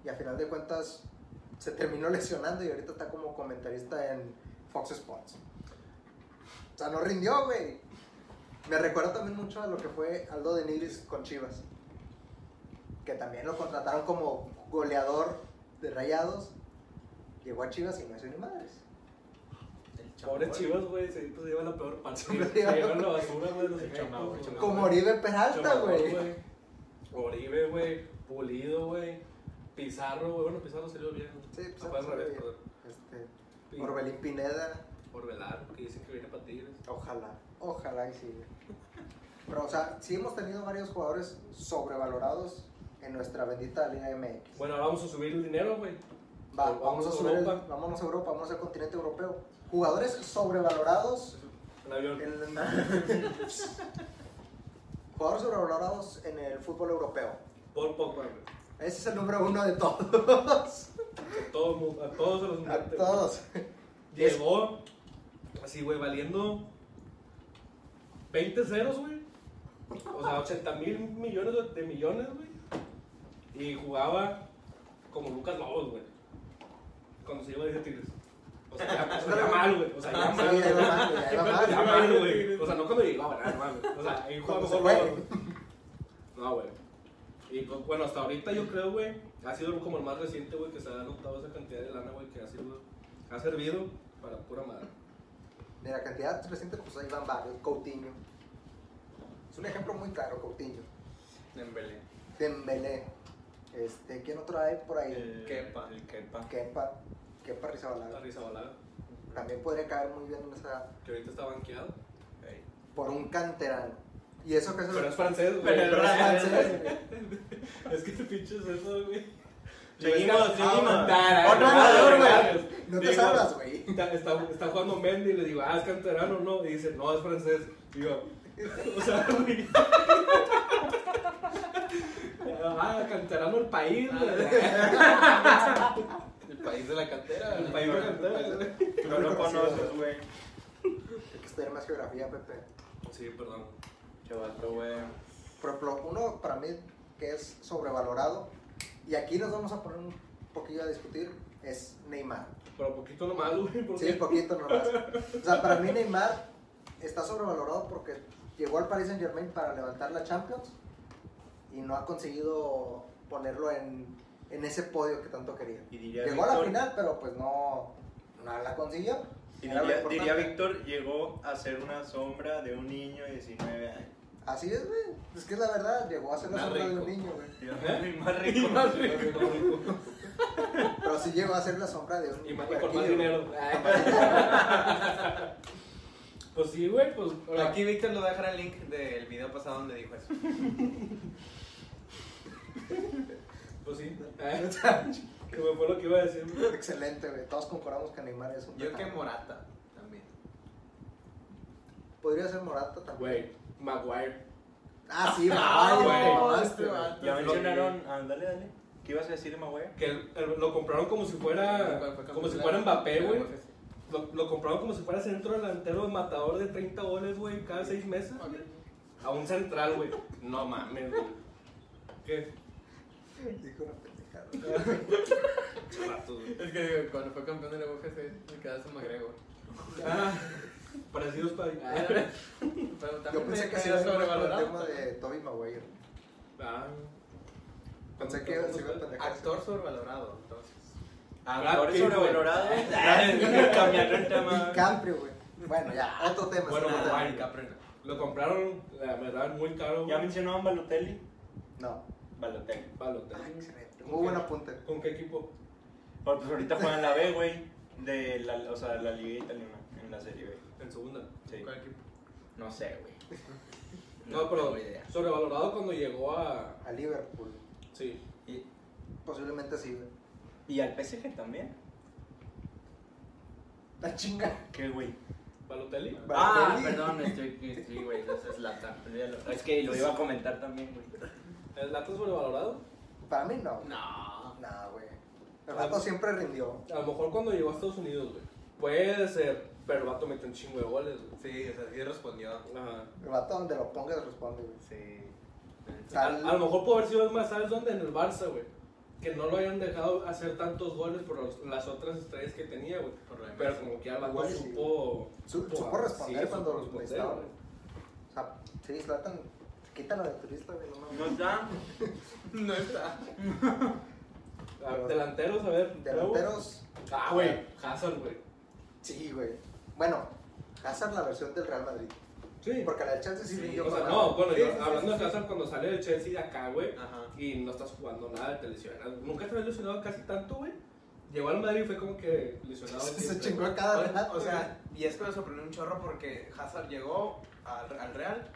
Speaker 3: y a final de cuentas se terminó lesionando y ahorita está como comentarista en Fox Sports. O sea, no rindió, güey. Me recuerda también mucho a lo que fue Aldo de Nigris con Chivas. Que también lo contrataron como goleador de rayados. Llegó a Chivas y no hizo ni madres.
Speaker 5: el
Speaker 4: Pobre
Speaker 5: chambón.
Speaker 4: chivas,
Speaker 3: eh.
Speaker 4: güey, se pues, lleva la peor parte. Se
Speaker 3: Siempre lleva-
Speaker 4: llevan la basura, güey, los
Speaker 6: El chamao, el
Speaker 4: equipos, güey.
Speaker 6: chamao.
Speaker 3: Como Oribe Peralta,
Speaker 4: Chamao,
Speaker 3: güey.
Speaker 4: Oribe, güey. Pulido, güey. Pizarro, güey. Bueno, Pizarro salió bien.
Speaker 3: Sí, Pizarro
Speaker 4: Ah, fue al
Speaker 3: salió
Speaker 4: revés,
Speaker 3: bien.
Speaker 4: perdón.
Speaker 3: Este,
Speaker 4: Y
Speaker 3: Orbelín Pineda,
Speaker 4: Orbelar, que dicen que viene para Tigres.
Speaker 3: ojalá, ojalá y sí. güey. Pero, o sea, sí hemos tenido varios jugadores sobrevalorados en nuestra bendita Liga MX.
Speaker 4: Bueno, ahora vamos a subir el dinero, güey.
Speaker 3: Va,
Speaker 4: vamos
Speaker 3: vamos a
Speaker 4: a
Speaker 3: subir, el-
Speaker 4: Europa.
Speaker 3: vámonos a Europa, vamos al continente europeo. Jugadores sobrevalorados
Speaker 4: El avión.
Speaker 3: en jugadores sobrevalorados en el fútbol europeo.
Speaker 4: Por Pogba, güey.
Speaker 3: Ese es el número uno de todos.
Speaker 4: A todo mu- A todos se los
Speaker 3: a
Speaker 4: mete, güey.
Speaker 3: todos.
Speaker 4: Llegó así, güey, valiendo 20 ceros, güey. O sea, 80 mil millones de- de millones, güey. Y jugaba como Lucas Lobos, güey. Cuando se iba a ese Tigres. O sea, ya, o sea, ya mal, güey. O sea, ya
Speaker 3: Sí,
Speaker 4: mal.
Speaker 3: ahí va mal, ahí va mal.
Speaker 4: Ah, Ya mal, güey. O sea, no cuando llegaba, nada, no mames. O sea, ahí jugaba
Speaker 3: Cuando se
Speaker 4: mejor
Speaker 3: fue.
Speaker 4: Lobos, güey. No, güey. Y pues, bueno, hasta ahorita yo creo, güey, ha sido como el más reciente, güey, que se ha anotado esa cantidad de lana, güey, que ha sido, ha servido para pura madre.
Speaker 3: De la cantidad reciente, pues ahí van varios. Coutinho. Es un ejemplo muy claro, Coutinho.
Speaker 5: Dembélé.
Speaker 3: Dembélé. Este, ¿Quién otro hay por
Speaker 5: Eh.
Speaker 3: ahí?
Speaker 5: Kepa.
Speaker 6: El Kepa.
Speaker 3: Kepa. Kepa
Speaker 4: La
Speaker 3: Rizabalaga.
Speaker 4: risa balada,
Speaker 3: También podría caer muy bien en esa-
Speaker 4: que ahorita está banqueado.
Speaker 6: Ey.
Speaker 3: por un canterano. Y eso que es
Speaker 4: Pero es francés, güey.
Speaker 6: Pero es
Speaker 3: pero es francés, güey.
Speaker 4: Es que te pinches eso, güey.
Speaker 6: Seguimos, seguimos.
Speaker 4: Ah,
Speaker 3: Otro jugador, güey. No te
Speaker 4: Digo,
Speaker 3: salvas, güey.
Speaker 4: Está, está, está jugando Mendy y le digo, ah, es canterano, ¿no? Y dice, no, es francés. Digo, o sea, güey. Ah, canterano el país, güey.
Speaker 5: El país de la cantera.
Speaker 4: El país de la cantera, güey.
Speaker 6: Tú no lo conoces, güey.
Speaker 3: Hay que estudiar más geografía, Pepe.
Speaker 4: Sí, perdón.
Speaker 6: Chavato, güey.
Speaker 3: Por ejemplo, uno para mí que es sobrevalorado, y aquí nos vamos a poner un poquillo a discutir, es Neymar.
Speaker 4: Pero poquito nomás, güey. Porque...
Speaker 3: Sí, poquito nomás. O sea, para mí Neymar está sobrevalorado porque llegó al Paris Saint Germain para levantar la Champions y no ha conseguido ponerlo en, en ese podio que tanto quería.
Speaker 6: Y diría
Speaker 3: Llegó a la
Speaker 6: Víctor-
Speaker 3: final, pero pues no, no la consiguió.
Speaker 6: y
Speaker 3: Era lo
Speaker 6: diría,
Speaker 3: importante.
Speaker 6: diría Víctor, llegó a ser una sombra de un niño de 19 años.
Speaker 3: Así es, güey. Es que es la verdad, llegó a ser la
Speaker 5: Más
Speaker 3: sombra de un
Speaker 5: rico.
Speaker 3: niño, güey.
Speaker 4: ¿Eh?
Speaker 6: Y más
Speaker 4: Y
Speaker 6: rico.
Speaker 4: más rico.
Speaker 3: Pero sí llegó a ser la sombra de un niño.
Speaker 4: Y más- y por más
Speaker 3: puerquillo.
Speaker 4: dinero. Pues sí, güey, pues. ahora-
Speaker 5: Aquí Víctor nos va a dejar el link del video pasado donde dijo eso.
Speaker 4: Pues sí. Que me fue lo que iba a decir, güey.
Speaker 3: Excelente, güey. Todos concordamos que Neymar es un
Speaker 5: Yo que
Speaker 3: pecado.
Speaker 5: Morata también.
Speaker 3: Podría ser Morata también.
Speaker 4: Güey, Maguire.
Speaker 3: Ah, sí,
Speaker 4: Ah, güey.
Speaker 3: Maguire.
Speaker 5: Este
Speaker 3: güey.
Speaker 5: vato.
Speaker 6: Ya
Speaker 4: Lo-
Speaker 6: mencionaron. Ah, dale, dale. ¿Qué ibas a decir, Magüey?
Speaker 4: Que el- el- lo compraron como si fuera.
Speaker 5: Fue
Speaker 4: Como si fuera Mbappé, güey. Lo, lo compraban como si fuera centro delantero matador de 30 goles, güey, cada 6 meses. güey. A un central, güey. No mames, güey. ¿Qué?
Speaker 3: Dijo una pendejada.
Speaker 4: Rato, güey.
Speaker 5: Es que cuando fue campeón de la UFC, me quedaba San McGregor.
Speaker 4: Ah, Parecidos para.
Speaker 5: Ah. Pero también
Speaker 3: Yo pensé
Speaker 5: me-
Speaker 3: que
Speaker 5: me
Speaker 3: sí iba a ser más por el
Speaker 5: sobrevalorado.
Speaker 3: tema de Toby Maguire.
Speaker 4: Ah.
Speaker 3: Pensé que se iba a pendejar.
Speaker 5: Actor sobrevalorado, entonces.
Speaker 4: Brad
Speaker 5: Ah,
Speaker 6: Actor
Speaker 4: Pitt,
Speaker 6: sobrevalorado. Cambiando el tema.
Speaker 3: DiCaprio, güey. Bueno, ya, otro tema.
Speaker 4: ah, Bueno,
Speaker 3: otro tema.
Speaker 4: Maguire. Lo compraron, la verdad, muy caro.
Speaker 6: Ya
Speaker 4: güey.
Speaker 6: mencionaban Balotelli.
Speaker 3: No.
Speaker 6: Balotelli.
Speaker 4: Balotelli.
Speaker 3: Ah, excelente. Muy buen apunte.
Speaker 4: ¿Con qué equipo?
Speaker 6: Pero pues ahorita juegan la B, güey. De la, o sea, la liga italiana en la serie B.
Speaker 4: En segunda.
Speaker 6: Sí.
Speaker 5: ¿Cuál equipo?
Speaker 6: No sé, güey.
Speaker 4: No, pero
Speaker 5: tengo idea.
Speaker 4: sobrevalorado cuando llegó a.
Speaker 3: A Liverpool.
Speaker 4: Sí.
Speaker 6: Y,
Speaker 3: Posiblemente sí, güey.
Speaker 6: y al PSG también.
Speaker 3: La chinga.
Speaker 6: ¿Qué, güey?
Speaker 4: Balotelli.
Speaker 5: Ah,
Speaker 3: Balotelli.
Speaker 5: perdón, estoy, estoy, güey, no es Zlatan. olvídalo.
Speaker 6: Es que lo iba a comentar también, güey.
Speaker 4: ¿El dato sobrevalorado?
Speaker 3: Para mí no.
Speaker 5: No.
Speaker 3: No, güey. El vato siempre rindió.
Speaker 4: A lo mejor cuando llegó a Estados Unidos, güey. Puede ser, pero el vato metió un chingo de goles, güey.
Speaker 5: Sí, o sea, sí respondió.
Speaker 4: Ajá.
Speaker 3: El vato donde lo pongas responde, güey.
Speaker 5: Sí.
Speaker 4: A,
Speaker 3: Tal-
Speaker 4: a lo mejor pudo haber sido es más, ¿sabes dónde? En el Barça, güey. Que no lo hayan dejado hacer tantos goles por los- las otras estrellas que tenía, güey.
Speaker 5: Por la
Speaker 4: Pero
Speaker 5: imagen.
Speaker 4: como que al vato
Speaker 3: Igual y sí.
Speaker 4: supo,
Speaker 3: Su- supo responder cuando los
Speaker 4: responder,
Speaker 3: necesitaba.
Speaker 4: güey.
Speaker 3: O sea, sí, Zlatan, quítalo de turista, güey. No, mames.
Speaker 6: No está.
Speaker 5: No está.
Speaker 4: A ver, Ah, Delanteros, a ver. luego.
Speaker 3: Delanteros,
Speaker 4: Ah, güey. Hazard, güey.
Speaker 3: sí, güey. Bueno, Hazard la versión del Real Madrid.
Speaker 4: Sí.
Speaker 3: Porque la del Chelsea sí,
Speaker 5: Sí,
Speaker 3: rindió.
Speaker 4: O sea,
Speaker 3: para-
Speaker 4: no, bueno,
Speaker 3: Sí,
Speaker 4: yo-
Speaker 3: sí, sí,
Speaker 4: hablando
Speaker 3: sí,
Speaker 4: de Hazard, cuando sale del Chelsea de acá, güey,
Speaker 5: Ajá.
Speaker 4: y no estás jugando nada, te lesionas. Nunca te había lesionado casi tanto, güey. Llegó al Madrid y fue como que lesionado.
Speaker 3: Se
Speaker 4: siempre.
Speaker 3: chingó a cada rato,
Speaker 5: O sea, y es que me sorprendió un chorro porque Hazard llegó al, al Real.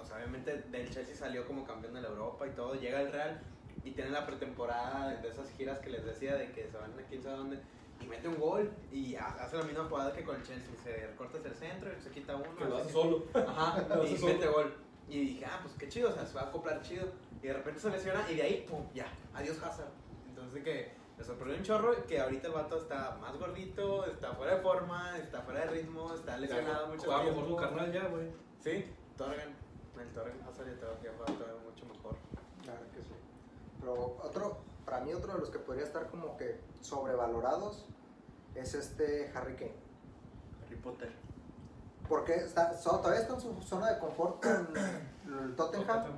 Speaker 5: O sea, obviamente del Chelsea salió como campeón de la Europa y todo. Llega al Real y tiene la pretemporada de esas giras que les decía de que se van a quién sabe dónde. Y mete un gol y ha- hace la misma jugada que con el Chelsea. Se corta hacia el centro y se quita uno.
Speaker 4: Que lo
Speaker 5: así.
Speaker 4: hace solo.
Speaker 5: Ajá,
Speaker 4: Lo hace
Speaker 5: y
Speaker 4: solo.
Speaker 5: mete gol. Y dije, ah, pues qué chido, o sea, se va a acoplar chido. Y de repente se lesiona y de ahí, pum, ya, adiós Hazard. Entonces que me sorprendió un chorro que ahorita el vato está más gordito, está fuera de forma, está fuera de ritmo, está lesionado mucho
Speaker 4: Jugaba mejor
Speaker 5: tiempo.
Speaker 4: su carnal ya, güey.
Speaker 5: Sí, Torgan. El Torgan Hazard ya estaba que jugar todavía mucho mejor.
Speaker 3: Claro que sí. Pero otro, para mí otro de los que podría estar como que sobrevalorados es este Harry Kane.
Speaker 6: Harry Potter.
Speaker 3: Porque está, so- todavía está en su zona de confort con el Tottenham
Speaker 4: pues,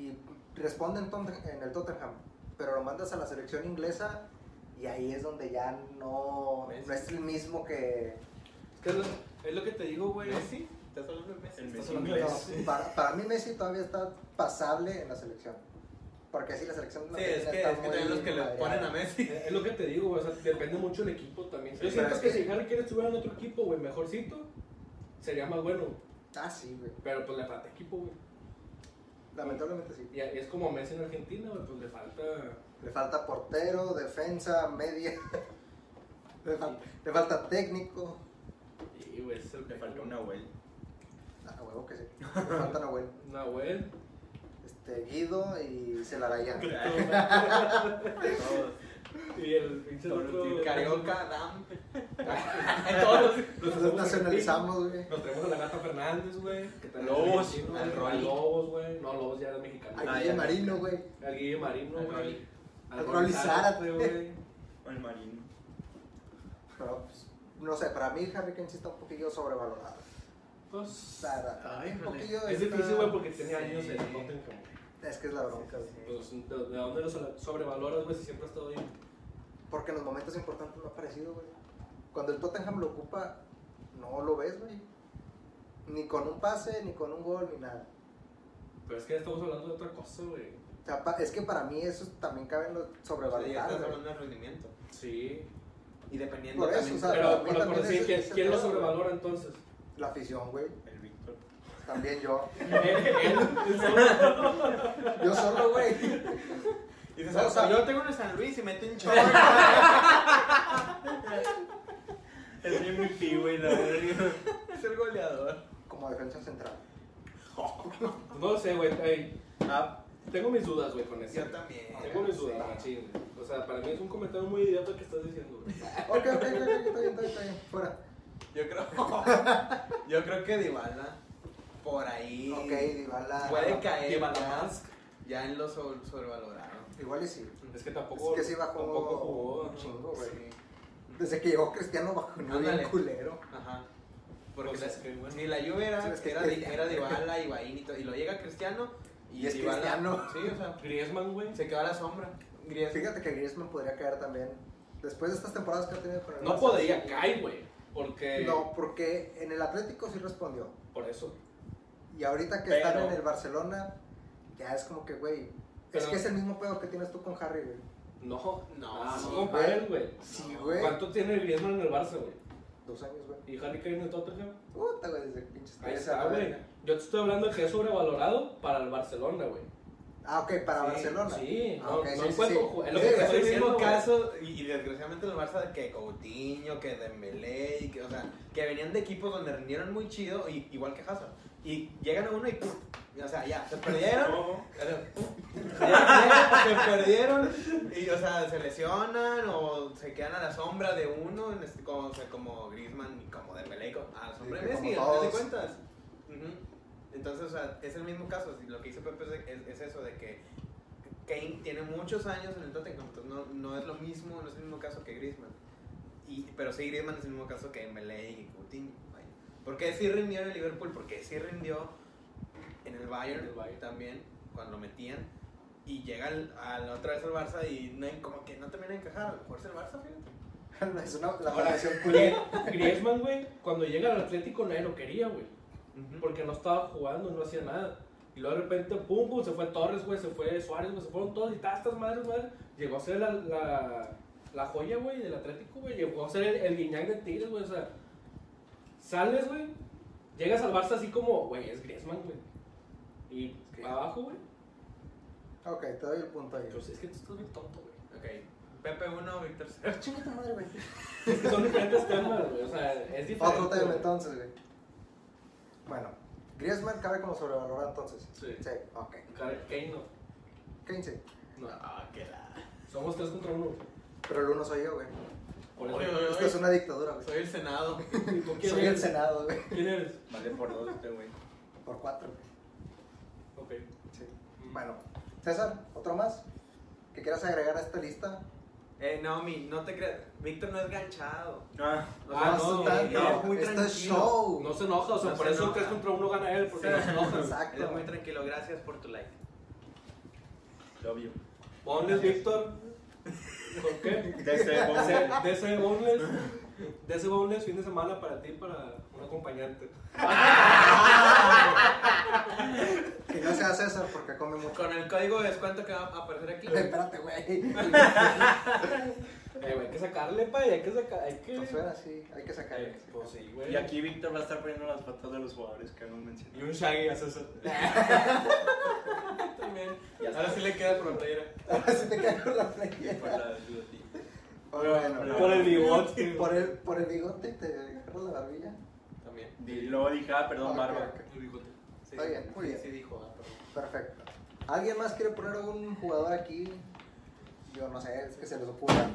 Speaker 3: y responde en, Totten- en el Tottenham. Pero lo mandas a la selección inglesa y ahí es donde ya no, no es el mismo que...
Speaker 4: Es que es lo, es lo que te digo, güey.
Speaker 5: ¿Messi? ¿Estás hablando de Messi?
Speaker 6: El
Speaker 5: ¿Estás
Speaker 6: Messi
Speaker 5: hablando de
Speaker 3: no,
Speaker 6: inglés.
Speaker 3: para, para mí Messi todavía está pasable en la selección. Porque así la selección
Speaker 5: Sí, es
Speaker 3: argentina
Speaker 5: que,
Speaker 3: está
Speaker 5: es que
Speaker 3: muy
Speaker 5: también los que le
Speaker 3: madreada.
Speaker 5: ponen a Messi.
Speaker 4: Es lo que te digo, güey. O sea, depende mucho del equipo también. Yo
Speaker 3: Sí,
Speaker 4: siento
Speaker 3: pero
Speaker 4: que
Speaker 3: es que-
Speaker 4: si Harry quiere estuviera en otro equipo, güey, mejorcito, sería más bueno.
Speaker 3: Ah, sí, güey.
Speaker 4: Pero pues le falta equipo, güey.
Speaker 3: Lamentablemente sí.
Speaker 4: Y es como Messi en Argentina, güey, pues le falta.
Speaker 3: Le falta portero, defensa, media. Le falta, le falta técnico.
Speaker 4: Y, güey, ese es el
Speaker 6: Le faltó una vuelta.
Speaker 3: Ah, huevo que sí. Le falta Nahuel.
Speaker 4: Nahuel.
Speaker 3: Este, Guido y Celarayán.
Speaker 4: y el pinche otro.
Speaker 5: Carioca, Dam. Todos.
Speaker 3: Nos nacionalizamos, güey.
Speaker 4: Nos traemos a la gata Fernández, güey. que también
Speaker 6: Lobos,
Speaker 4: es mexicano,
Speaker 5: al
Speaker 4: güey,
Speaker 5: Rolly.
Speaker 4: Lobos, güey. No, Lobos ya era mexicano.
Speaker 3: Al
Speaker 6: Ah,
Speaker 3: Guille
Speaker 6: ya.
Speaker 3: Marino, güey.
Speaker 4: Al Guille Marino,
Speaker 5: Al
Speaker 4: güey.
Speaker 5: Rolly.
Speaker 4: Al
Speaker 3: Al
Speaker 4: Rolly
Speaker 3: Rolly
Speaker 4: Zárate,
Speaker 3: Zárate.
Speaker 4: güey.
Speaker 6: O el marino.
Speaker 3: Pero, pues, no sé, para mí Harry Kane sí está un poquillo sobrevalorado. O
Speaker 4: Pues.
Speaker 3: sea, para mí
Speaker 5: Ay,
Speaker 3: un
Speaker 5: híjole.
Speaker 3: poquillo
Speaker 4: Es
Speaker 3: está-
Speaker 4: difícil, güey, porque tenía
Speaker 5: Sí.
Speaker 4: años en Tottenham.
Speaker 3: Es que es la bronca, güey.
Speaker 4: Pues, ¿de de dónde lo sobre- sobrevaloras, güey, si siempre ha estado ahí?
Speaker 3: Porque en los momentos importantes no ha aparecido, güey. Cuando el Tottenham lo ocupa, no lo ves, güey. Ni con un pase, ni con un gol, ni nada.
Speaker 4: Pero es que estamos hablando de otra cosa, güey.
Speaker 3: O sea, pa- es que para mí eso también cabe en lo
Speaker 5: Sí, estás
Speaker 3: sobrevalorado. güey.
Speaker 5: hablando de rendimiento.
Speaker 4: Sí.
Speaker 5: Y dependiendo
Speaker 3: Por eso,
Speaker 5: también.
Speaker 3: o sea,
Speaker 4: Pero,
Speaker 3: para mí
Speaker 4: pero, pero
Speaker 3: también
Speaker 4: sí,
Speaker 3: es-
Speaker 4: ¿quién,
Speaker 3: es el
Speaker 4: quién lo
Speaker 3: pedo, güey.
Speaker 4: sobrevalora entonces?
Speaker 3: La afición, güey.
Speaker 6: El Víctor.
Speaker 3: También yo.
Speaker 4: Él
Speaker 3: Yo solo, güey.
Speaker 5: Y dices, "Ah,
Speaker 3: No, o sea,
Speaker 5: yo tengo uno en San Luis y mete un chorro.
Speaker 6: El MVP, güey, la verga.
Speaker 5: es el goleador.
Speaker 3: Como defensa central.
Speaker 4: Pues No sé, güey. ay,
Speaker 6: Ah,
Speaker 4: Tengo mis dudas, güey, con eso.
Speaker 5: Yo también.
Speaker 4: Tengo mis dudas, machín. O sea, para mí es un comentario muy idiota que estás diciendo, güey.
Speaker 3: Ok, ok, ok, ok, está bien, está bien, está bien. Fuera.
Speaker 5: Yo creo, yo creo que Dybala por ahí
Speaker 3: Ok, Dybala.
Speaker 5: puede caer
Speaker 4: Dybala
Speaker 5: ya,
Speaker 4: más.
Speaker 5: ya en lo sobre- sobrevalorado.
Speaker 3: Igual y sí.
Speaker 4: Es que tampoco,
Speaker 3: Es que sí bajó
Speaker 4: tampoco jugó.
Speaker 3: un
Speaker 4: ¿no?
Speaker 3: chingo, güey.
Speaker 5: Sí.
Speaker 3: Desde que llegó Cristiano bajó un
Speaker 5: Ándale.
Speaker 3: bien culero.
Speaker 5: Ajá. Porque
Speaker 4: O sea,
Speaker 5: la-
Speaker 4: Pues es que, bueno.
Speaker 5: sí, la lluvia era,
Speaker 3: Sí, es que
Speaker 5: era,
Speaker 3: Cristiano.
Speaker 5: era Dybala y Baín y todo. Y lo llega Cristiano y,
Speaker 3: Y es
Speaker 5: Dybala-
Speaker 3: Cristiano.
Speaker 5: Sí, o sea,
Speaker 4: Griezmann, güey.
Speaker 5: se quedó a la sombra. Griezmann.
Speaker 3: Fíjate que Griezmann podría caer también. Después de estas temporadas que ha tenido con el
Speaker 4: No
Speaker 3: Barça.
Speaker 4: podría caer, güey. Porque.
Speaker 3: No, porque en el Atlético sí respondió.
Speaker 4: Por eso.
Speaker 3: Y ahorita que
Speaker 6: Pero-
Speaker 3: están en el Barcelona, ya es como que, güey. Es
Speaker 4: Pero-
Speaker 3: que es el mismo pedo que tienes tú con Harry, güey.
Speaker 4: No,
Speaker 5: No,
Speaker 4: Ah,
Speaker 5: sí,
Speaker 4: no
Speaker 5: güey.
Speaker 4: comparen, güey.
Speaker 3: Sí,
Speaker 5: No.
Speaker 3: güey.
Speaker 4: ¿Cuánto tiene Griezmann en el Barça, güey?
Speaker 3: Dos años, güey.
Speaker 4: ¿Y Harry Kane en el Tottenham?
Speaker 3: Puta, güey, desde pinches
Speaker 4: Ahí
Speaker 3: tres a
Speaker 4: está,
Speaker 3: la
Speaker 4: güey.
Speaker 3: verga.
Speaker 4: Yo te estoy hablando que es sobrevalorado para el Barcelona, güey.
Speaker 3: Ah, ok, para
Speaker 4: Sí,
Speaker 3: Barcelona.
Speaker 4: Sí,
Speaker 3: Ah,
Speaker 4: no,
Speaker 3: ok,
Speaker 4: no
Speaker 3: sí, sí,
Speaker 4: encuentro
Speaker 3: sí. Eh,
Speaker 4: ju- es
Speaker 5: Es
Speaker 4: lo
Speaker 3: Sí,
Speaker 4: que te
Speaker 5: Eh, es
Speaker 4: estoy
Speaker 5: el mismo
Speaker 4: diciendo, güey.
Speaker 5: caso, y, y desgraciadamente en el Barça, que Coutinho, que Dembélé, y que, o sea, que venían de equipos donde rindieron muy chido, y, igual que Hazard. Y llegan a uno y ¡pum! Y, O sea, ya, se perdieron.
Speaker 6: No.
Speaker 5: o sea, ¡pum! Llegan, se perdieron. Y, o sea, se lesionan o se quedan a la sombra de uno, en este- como, o sea, como Griezmann y como Dembélé, y como- a la sombra
Speaker 3: Sí,
Speaker 5: de
Speaker 3: que
Speaker 5: Messi,
Speaker 3: como
Speaker 5: al final de
Speaker 3: todos.
Speaker 5: cuentas. Ujú. Entonces, o sea, es el mismo caso. si Lo que dice Pepe es- es- es eso, de que Kane tiene muchos años en el Tottenham, entonces no, no es lo mismo, no es el mismo caso que Griezmann. Y, pero sí, Griezmann es el mismo caso que Mele y Coutinho. vaya. Porque sí rindió en el Liverpool, porque sí rindió en el Bayern,
Speaker 4: En el Bayern.
Speaker 5: también, cuando lo metían. Y llega al, al- otra vez al Barça y no, como que no termina de encajar. A lo mejor es el Barça, fíjate.
Speaker 3: es una la
Speaker 4: Ahora-
Speaker 3: relación culera.
Speaker 4: Grie- Griezmann, güey, cuando llega al Atlético nadie lo quería, güey. Porque no estaba jugando, no hacía nada. Y luego de repente, pum, pum, se fue Torres, güey, se fue Suárez, güey, se fueron todos y todas estas madres, madres. Llegó a ser la, la, la joya, güey, del Atlético, güey. Llegó a ser el, el Guiñac de Tigres, güey. O sea, sales, güey, llegas al Barça así como, güey, es Griezmann, güey. Y
Speaker 3: Sí.
Speaker 4: abajo, güey.
Speaker 3: Ok, te doy el punto ahí.
Speaker 4: Pues es que tú estás bien tonto, güey.
Speaker 5: Ok. Pepe 1, Víctor 0.
Speaker 3: Chinga tu madre, güey.
Speaker 4: Es que son diferentes temas, güey. O sea, es diferente.
Speaker 3: Otro tema
Speaker 4: güey.
Speaker 3: entonces, güey. Bueno, Griezmann cabe como sobrevalorado entonces.
Speaker 4: Sí.
Speaker 3: Sí, ok.
Speaker 4: Cara- Kane no.
Speaker 3: Kane sí.
Speaker 4: No, Somos tres contra uno.
Speaker 3: Pero el uno soy yo, güey.
Speaker 4: Por eso.
Speaker 5: Oye, oye,
Speaker 3: Esto es una dictadura, güey.
Speaker 5: Soy el Senado.
Speaker 4: ¿Y tú quién
Speaker 3: Soy el
Speaker 4: eres?
Speaker 3: Senado, güey.
Speaker 4: ¿Quién eres?
Speaker 6: Vale por dos este güey.
Speaker 3: Por cuatro, güey.
Speaker 4: Ok.
Speaker 3: Sí. Bueno, César, ¿otro más? ¿Que quieras agregar a esta lista?
Speaker 5: Eh, no, mi, no te creas. Víctor no es ganchado.
Speaker 6: Ah,
Speaker 5: O
Speaker 4: Ah,
Speaker 5: sea,
Speaker 4: no,
Speaker 3: esto
Speaker 5: no,
Speaker 3: está-
Speaker 5: él es muy
Speaker 3: esto es
Speaker 5: tranquilo.
Speaker 3: show.
Speaker 4: No se enoja, o sea,
Speaker 5: No
Speaker 4: por
Speaker 5: se
Speaker 4: eso
Speaker 5: enoja.
Speaker 4: tres contra uno gana él, porque no se enoja. güey.
Speaker 5: Él es
Speaker 3: Exacto.
Speaker 5: muy tranquilo. Gracias por tu like.
Speaker 6: love you.
Speaker 4: Boneless, Víctor. ¿Por qué?
Speaker 6: Desde Boneless.
Speaker 4: DC Boneless. DC Boneless, fin de semana para ti, para un acompañante.
Speaker 3: Que no sea César porque come mucho.
Speaker 5: Con el código de descuento que va a aparecer aquí.
Speaker 3: Espérate, güey.
Speaker 4: Eh, güey, hay que sacarle, pa, y hay que sacar. Hay que.
Speaker 3: No Pues suena así, hay que sacar.
Speaker 4: Eh, pues sí, güey.
Speaker 6: Y aquí Víctor va a estar poniendo las fotos de los jugadores que hemos
Speaker 5: Y
Speaker 6: mencionado.
Speaker 5: un Shaggy a César. También. Ahora sí le queda frontera.
Speaker 3: Ahora sí te cae con la
Speaker 6: Y por
Speaker 3: playera.
Speaker 6: la biblioteca.
Speaker 3: Bueno,
Speaker 4: Por el bigote.
Speaker 3: por el, por el bigote te agarras la barbilla.
Speaker 5: También.
Speaker 6: Y luego dije, ah, perdón,
Speaker 3: Ok,
Speaker 6: barba.
Speaker 3: ok.
Speaker 4: El bigote.
Speaker 5: Sí,
Speaker 3: Está bien, muy
Speaker 5: sí,
Speaker 3: bien.
Speaker 5: sí dijo. ah, pero-
Speaker 3: Perfecto. ¿Alguien más quiere poner un jugador aquí? Yo no sé, es que se les ocurra.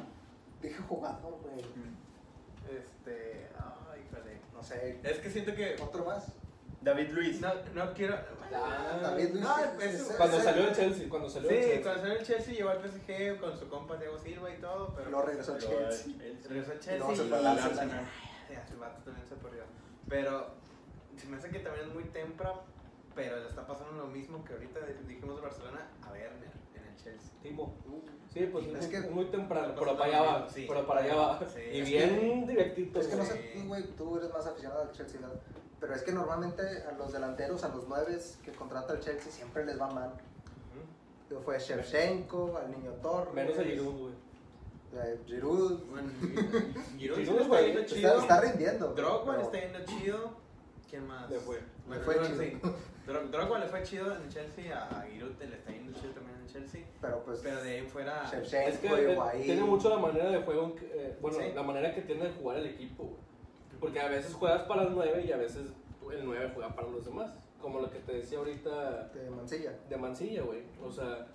Speaker 3: Dije jugador, güey.
Speaker 5: Este. Ay, híjole.
Speaker 3: No sé.
Speaker 5: Es que siento que.
Speaker 3: ¿Otro más?
Speaker 6: David Luis.
Speaker 5: No, no quiero.
Speaker 3: David Luis
Speaker 5: No,
Speaker 3: es- es-
Speaker 5: es-
Speaker 4: Ah, pues, Cuando
Speaker 3: es-
Speaker 4: salió el Chelsea, cuando salió el
Speaker 5: Sí,
Speaker 4: Chelsea.
Speaker 5: cuando salió el Chelsea llegó al PSG con su compa Diego Silva y todo, pero.
Speaker 3: Lo regresó al
Speaker 6: Pero, eh,
Speaker 3: Chelsea.
Speaker 6: él-
Speaker 5: Regresó al Chelsea.
Speaker 3: No, se
Speaker 5: y-
Speaker 3: fue al
Speaker 6: y
Speaker 3: Arsenal.
Speaker 5: Ya, su vato Eh, también se perdió. Pero se me hace que también es muy temprano, pero le está pasando lo mismo que ahorita de- dijimos de Barcelona a Werner en el Chelsea.
Speaker 4: Timo.
Speaker 3: Uh,
Speaker 4: Sí, pues es,
Speaker 3: Es
Speaker 4: muy-
Speaker 3: que-
Speaker 4: muy temprano,
Speaker 5: Pero
Speaker 4: pero para allá va,
Speaker 5: sí.
Speaker 4: pero para allá va.
Speaker 5: Sí.
Speaker 4: Y
Speaker 5: Es
Speaker 4: bien directito.
Speaker 3: Es que no
Speaker 4: güey.
Speaker 3: sé, tú, güey, tú eres más aficionado al Chelsea, ¿verdad? Pero es que normalmente a los delanteros, a los nueves que contrata el Chelsea, siempre les va mal. Digo, Fue Shevchenko, al niño Torres.
Speaker 4: Menos a Giroud, güey.
Speaker 3: eh, Giroud.
Speaker 5: Bueno, y- Giroud sí
Speaker 4: Giroud,
Speaker 5: le está
Speaker 4: güey,
Speaker 5: yendo
Speaker 4: está-
Speaker 3: Está,
Speaker 5: chido.
Speaker 3: está rindiendo.
Speaker 5: Drogba le
Speaker 3: pero-
Speaker 5: está
Speaker 4: este-
Speaker 5: yendo chido. ¿Quién más?
Speaker 4: Le fue. Le
Speaker 5: Bueno,
Speaker 3: fue
Speaker 5: no,
Speaker 3: chido.
Speaker 5: sí. Dro- Drogba le fue chido en el Chelsea, a a Giroud le está yendo chido también en el Chelsea.
Speaker 3: Pero pues.
Speaker 5: Pero de ahí en fuera.
Speaker 3: Shevchenko,
Speaker 4: Es que eh,
Speaker 3: Higuaín.
Speaker 4: tiene mucho la manera de juego, en que, eh, bueno,
Speaker 5: Sí.
Speaker 4: la manera que tiene de jugar el equipo, güey. Porque a veces juegas para el 9 y a veces el 9 juega para los demás. Como lo que te decía ahorita
Speaker 3: de Mancilla.
Speaker 4: de Mancilla, güey. O sea,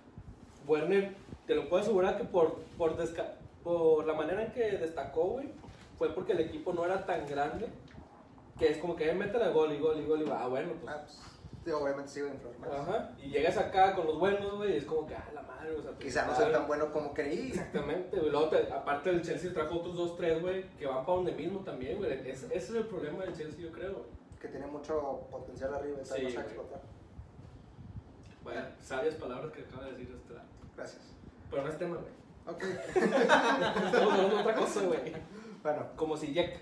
Speaker 4: Werner te lo puedo asegurar que por, por, desca- por la manera en que destacó, güey, fue porque el equipo no era tan grande que es como que mete la gol y gol y gol y va, ah, bueno, pues.
Speaker 3: Ah, pues, digo, obviamente sí, güey, influir más.
Speaker 4: Ajá. Y llegas acá con los buenos, güey, y es como que, ah, la madre, o sea, te-
Speaker 3: Quizá no sea tan bueno como creí.
Speaker 4: Exactamente, güey. Luego, te- aparte del Chelsea trajo otros dos, tres, güey, que van para donde mismo también, güey. Es- ese es el problema del Chelsea, yo creo, güey.
Speaker 3: Que tiene mucho potencial arriba y tal,
Speaker 4: Sí,
Speaker 3: no sabe
Speaker 4: güey.
Speaker 3: explotar.
Speaker 4: Bueno, sabias palabras que acaba de decir esta.
Speaker 3: Gracias.
Speaker 4: Pero no es tema, güey.
Speaker 3: Ok.
Speaker 4: Estamos hablando de otra cosa, güey.
Speaker 3: bueno.
Speaker 4: Como si Jack.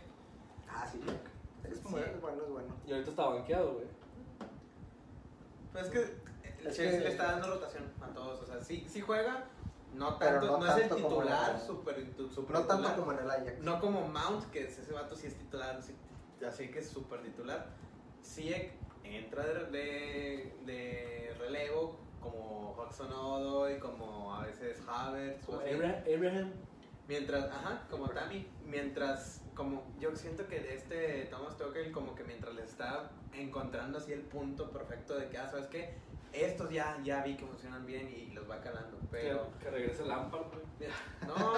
Speaker 3: Ah, sí, Jack. Es muy
Speaker 5: Sí.
Speaker 3: bueno, es bueno.
Speaker 4: Y ahorita está banqueado, güey.
Speaker 5: Pues es que el
Speaker 3: Es
Speaker 5: Chelsea
Speaker 3: que-
Speaker 5: le está dando rotación a todos. O sea, sí, sí juega, no
Speaker 3: Pero
Speaker 5: tanto,
Speaker 3: no
Speaker 5: no, es
Speaker 3: tanto
Speaker 5: el
Speaker 3: como-
Speaker 5: titular, super, tu- super
Speaker 3: No tanto
Speaker 5: titular.
Speaker 3: como en el Ajax.
Speaker 5: No como Mount, que es ese vato sí es titular, sí, así que es super titular. Ziyech entra de, de, de relevo como Hudson Odoi, como a veces Havertz o
Speaker 4: Como
Speaker 5: así.
Speaker 4: Abraham. Abraham.
Speaker 5: Mientras, ajá, como Tammy, mientras, como yo siento que este Thomas Tuchel como que mientras le está encontrando así el punto perfecto de que, ah, ¿sabes qué? Estos ya, ya vi que funcionan bien y los va calando, pero...
Speaker 4: Que, que regrese Lampard, güey.
Speaker 5: No, no,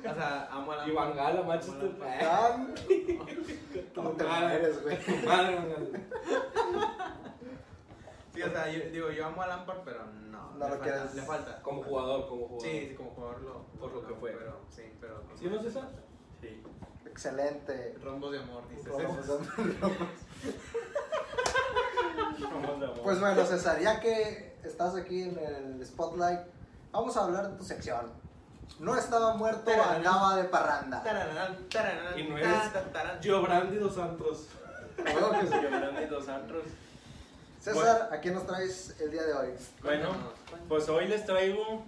Speaker 5: o sea, amo a la...
Speaker 4: Y Van Gaal a Manchester.
Speaker 5: Bueno.
Speaker 4: Eh,
Speaker 3: Tan-
Speaker 4: tu
Speaker 3: No te
Speaker 4: madre.
Speaker 3: mueres, güey.
Speaker 4: Tu madre, Van Gaal.
Speaker 5: Sí, o sea, yo, digo, yo amo a Lampard, pero no,
Speaker 3: No
Speaker 5: le,
Speaker 3: lo
Speaker 5: falta,
Speaker 3: quieres.
Speaker 5: le falta.
Speaker 4: Como jugador, como jugador.
Speaker 5: Sí, sí, como jugador lo,
Speaker 4: Por lo que fue.
Speaker 5: Pero, sí, pero...
Speaker 4: ¿Sí no es esa?
Speaker 6: Sí.
Speaker 3: Excelente.
Speaker 5: Rombos de amor, dices. eso.
Speaker 6: Somos de amor.
Speaker 3: Pues bueno, César, ya que estás aquí en el spotlight, vamos a hablar de tu sección. No estaba muerto,
Speaker 5: Tararán.
Speaker 3: andaba de parranda.
Speaker 5: Tararán, tararán,
Speaker 4: Y no eres-
Speaker 5: ta, ta, tarán.
Speaker 4: Giovanni dos Santos.
Speaker 3: Creo que sí.
Speaker 6: Llorando y dos antros.
Speaker 3: César, ¿a quién nos traes el día de hoy?
Speaker 6: Bueno, pues hoy les traigo.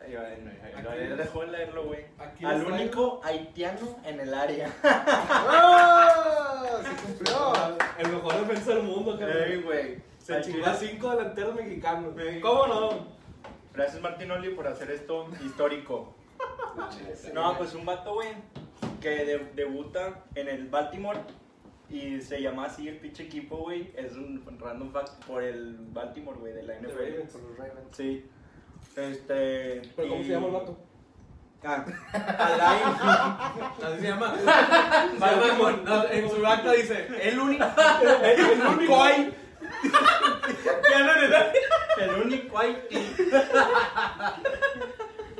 Speaker 6: Ay, ay, no, ay, no,
Speaker 4: Aquí-
Speaker 6: ya dejó de leerlo, güey.
Speaker 4: aquí
Speaker 6: Al
Speaker 4: les traigo-
Speaker 6: único haitiano en el área.
Speaker 4: ¡Ah!
Speaker 3: ¡Oh! ¡Se cumplió!
Speaker 4: El mejor defensa del mundo,
Speaker 6: Ey,
Speaker 4: cabrón.
Speaker 6: güey.
Speaker 4: Se chingó a cinco delanteros mexicanos. ¿Cómo no?
Speaker 6: Gracias, Martín Oli, por hacer esto histórico. No, pues un vato, güey, que de- debuta en el Baltimore y se llama así el pinche equipo, güey. Es un random fact por el Baltimore, güey, de la NFL.
Speaker 3: Por los Ravens.
Speaker 6: Sí. Este.
Speaker 4: ¿Pero cómo
Speaker 6: y-
Speaker 4: se llama el vato?
Speaker 6: Ah, Alain.
Speaker 5: Así se llama. Baltimore. No, en su acta dice, el único.
Speaker 6: el único hay. El único haití.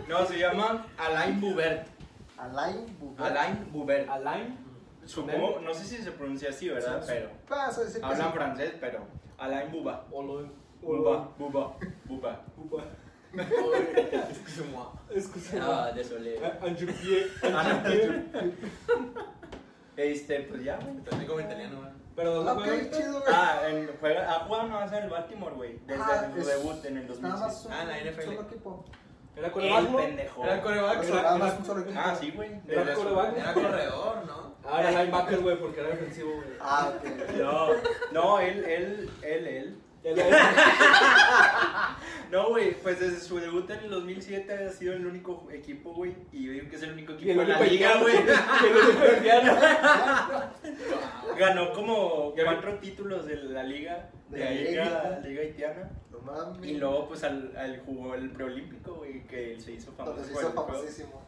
Speaker 6: No, se llama Alain Boubert.
Speaker 3: Alain Bubert.
Speaker 6: Alain Boubert.
Speaker 4: Alain.
Speaker 6: Supongo, no sé si se pronuncia así, ¿verdad? Pero.
Speaker 3: Vas a decir que
Speaker 6: Hablan
Speaker 3: sí.
Speaker 6: francés, pero. Alain Buba.
Speaker 4: Olo.
Speaker 6: Buba, Buba, Buba.
Speaker 4: Buba.
Speaker 5: Excuse-moi.
Speaker 4: Excusez-moi.
Speaker 6: desolé.
Speaker 4: Ah, Andrew Pierre.
Speaker 6: Ah,
Speaker 4: Andrew Pierre.
Speaker 6: Este, pues ya, güey.
Speaker 5: Entonces como italiano, ¿verdad?
Speaker 4: Pero ¿dónde
Speaker 3: Ok,
Speaker 4: juega ahorita?
Speaker 3: chido, güey.
Speaker 6: Ah, en, juega, ha jugado no en el Baltimore, güey. Desde
Speaker 3: Ah,
Speaker 6: su
Speaker 3: es-
Speaker 6: debut en el
Speaker 3: Nada más
Speaker 6: 2006.
Speaker 3: un
Speaker 5: Ah, la NFL.
Speaker 3: solo equipo.
Speaker 4: ¿Era
Speaker 6: El
Speaker 4: Colebasmo?
Speaker 6: pendejo.
Speaker 5: Era coreback.
Speaker 3: Por eso, nada más un solo equipo.
Speaker 6: Ah, sí, güey.
Speaker 4: Era
Speaker 6: Desde su-
Speaker 4: coreback.
Speaker 5: Era corredor, ¿no?
Speaker 4: Ah, era linebacker, güey, porque era defensivo, güey.
Speaker 3: Ah, ok.
Speaker 6: No, no, él, él, él, él.
Speaker 4: Él era-
Speaker 6: No, güey, pues desde su debut en el 2007 ha sido el único equipo, güey. Y yo digo que es el único
Speaker 4: Y
Speaker 6: equipo
Speaker 4: el
Speaker 6: en la
Speaker 4: único
Speaker 6: liga, güey.
Speaker 4: que no le perdían.
Speaker 6: Ganó como cuatro títulos de la liga, de,
Speaker 3: De la
Speaker 6: ahí
Speaker 3: liga.
Speaker 6: la liga haitiana.
Speaker 3: No mames.
Speaker 6: Y luego, pues, al, al jugó el preolímpico, güey, que se hizo famoso.
Speaker 3: Donde se
Speaker 6: por
Speaker 3: hizo
Speaker 6: el juego.
Speaker 3: famosísimo.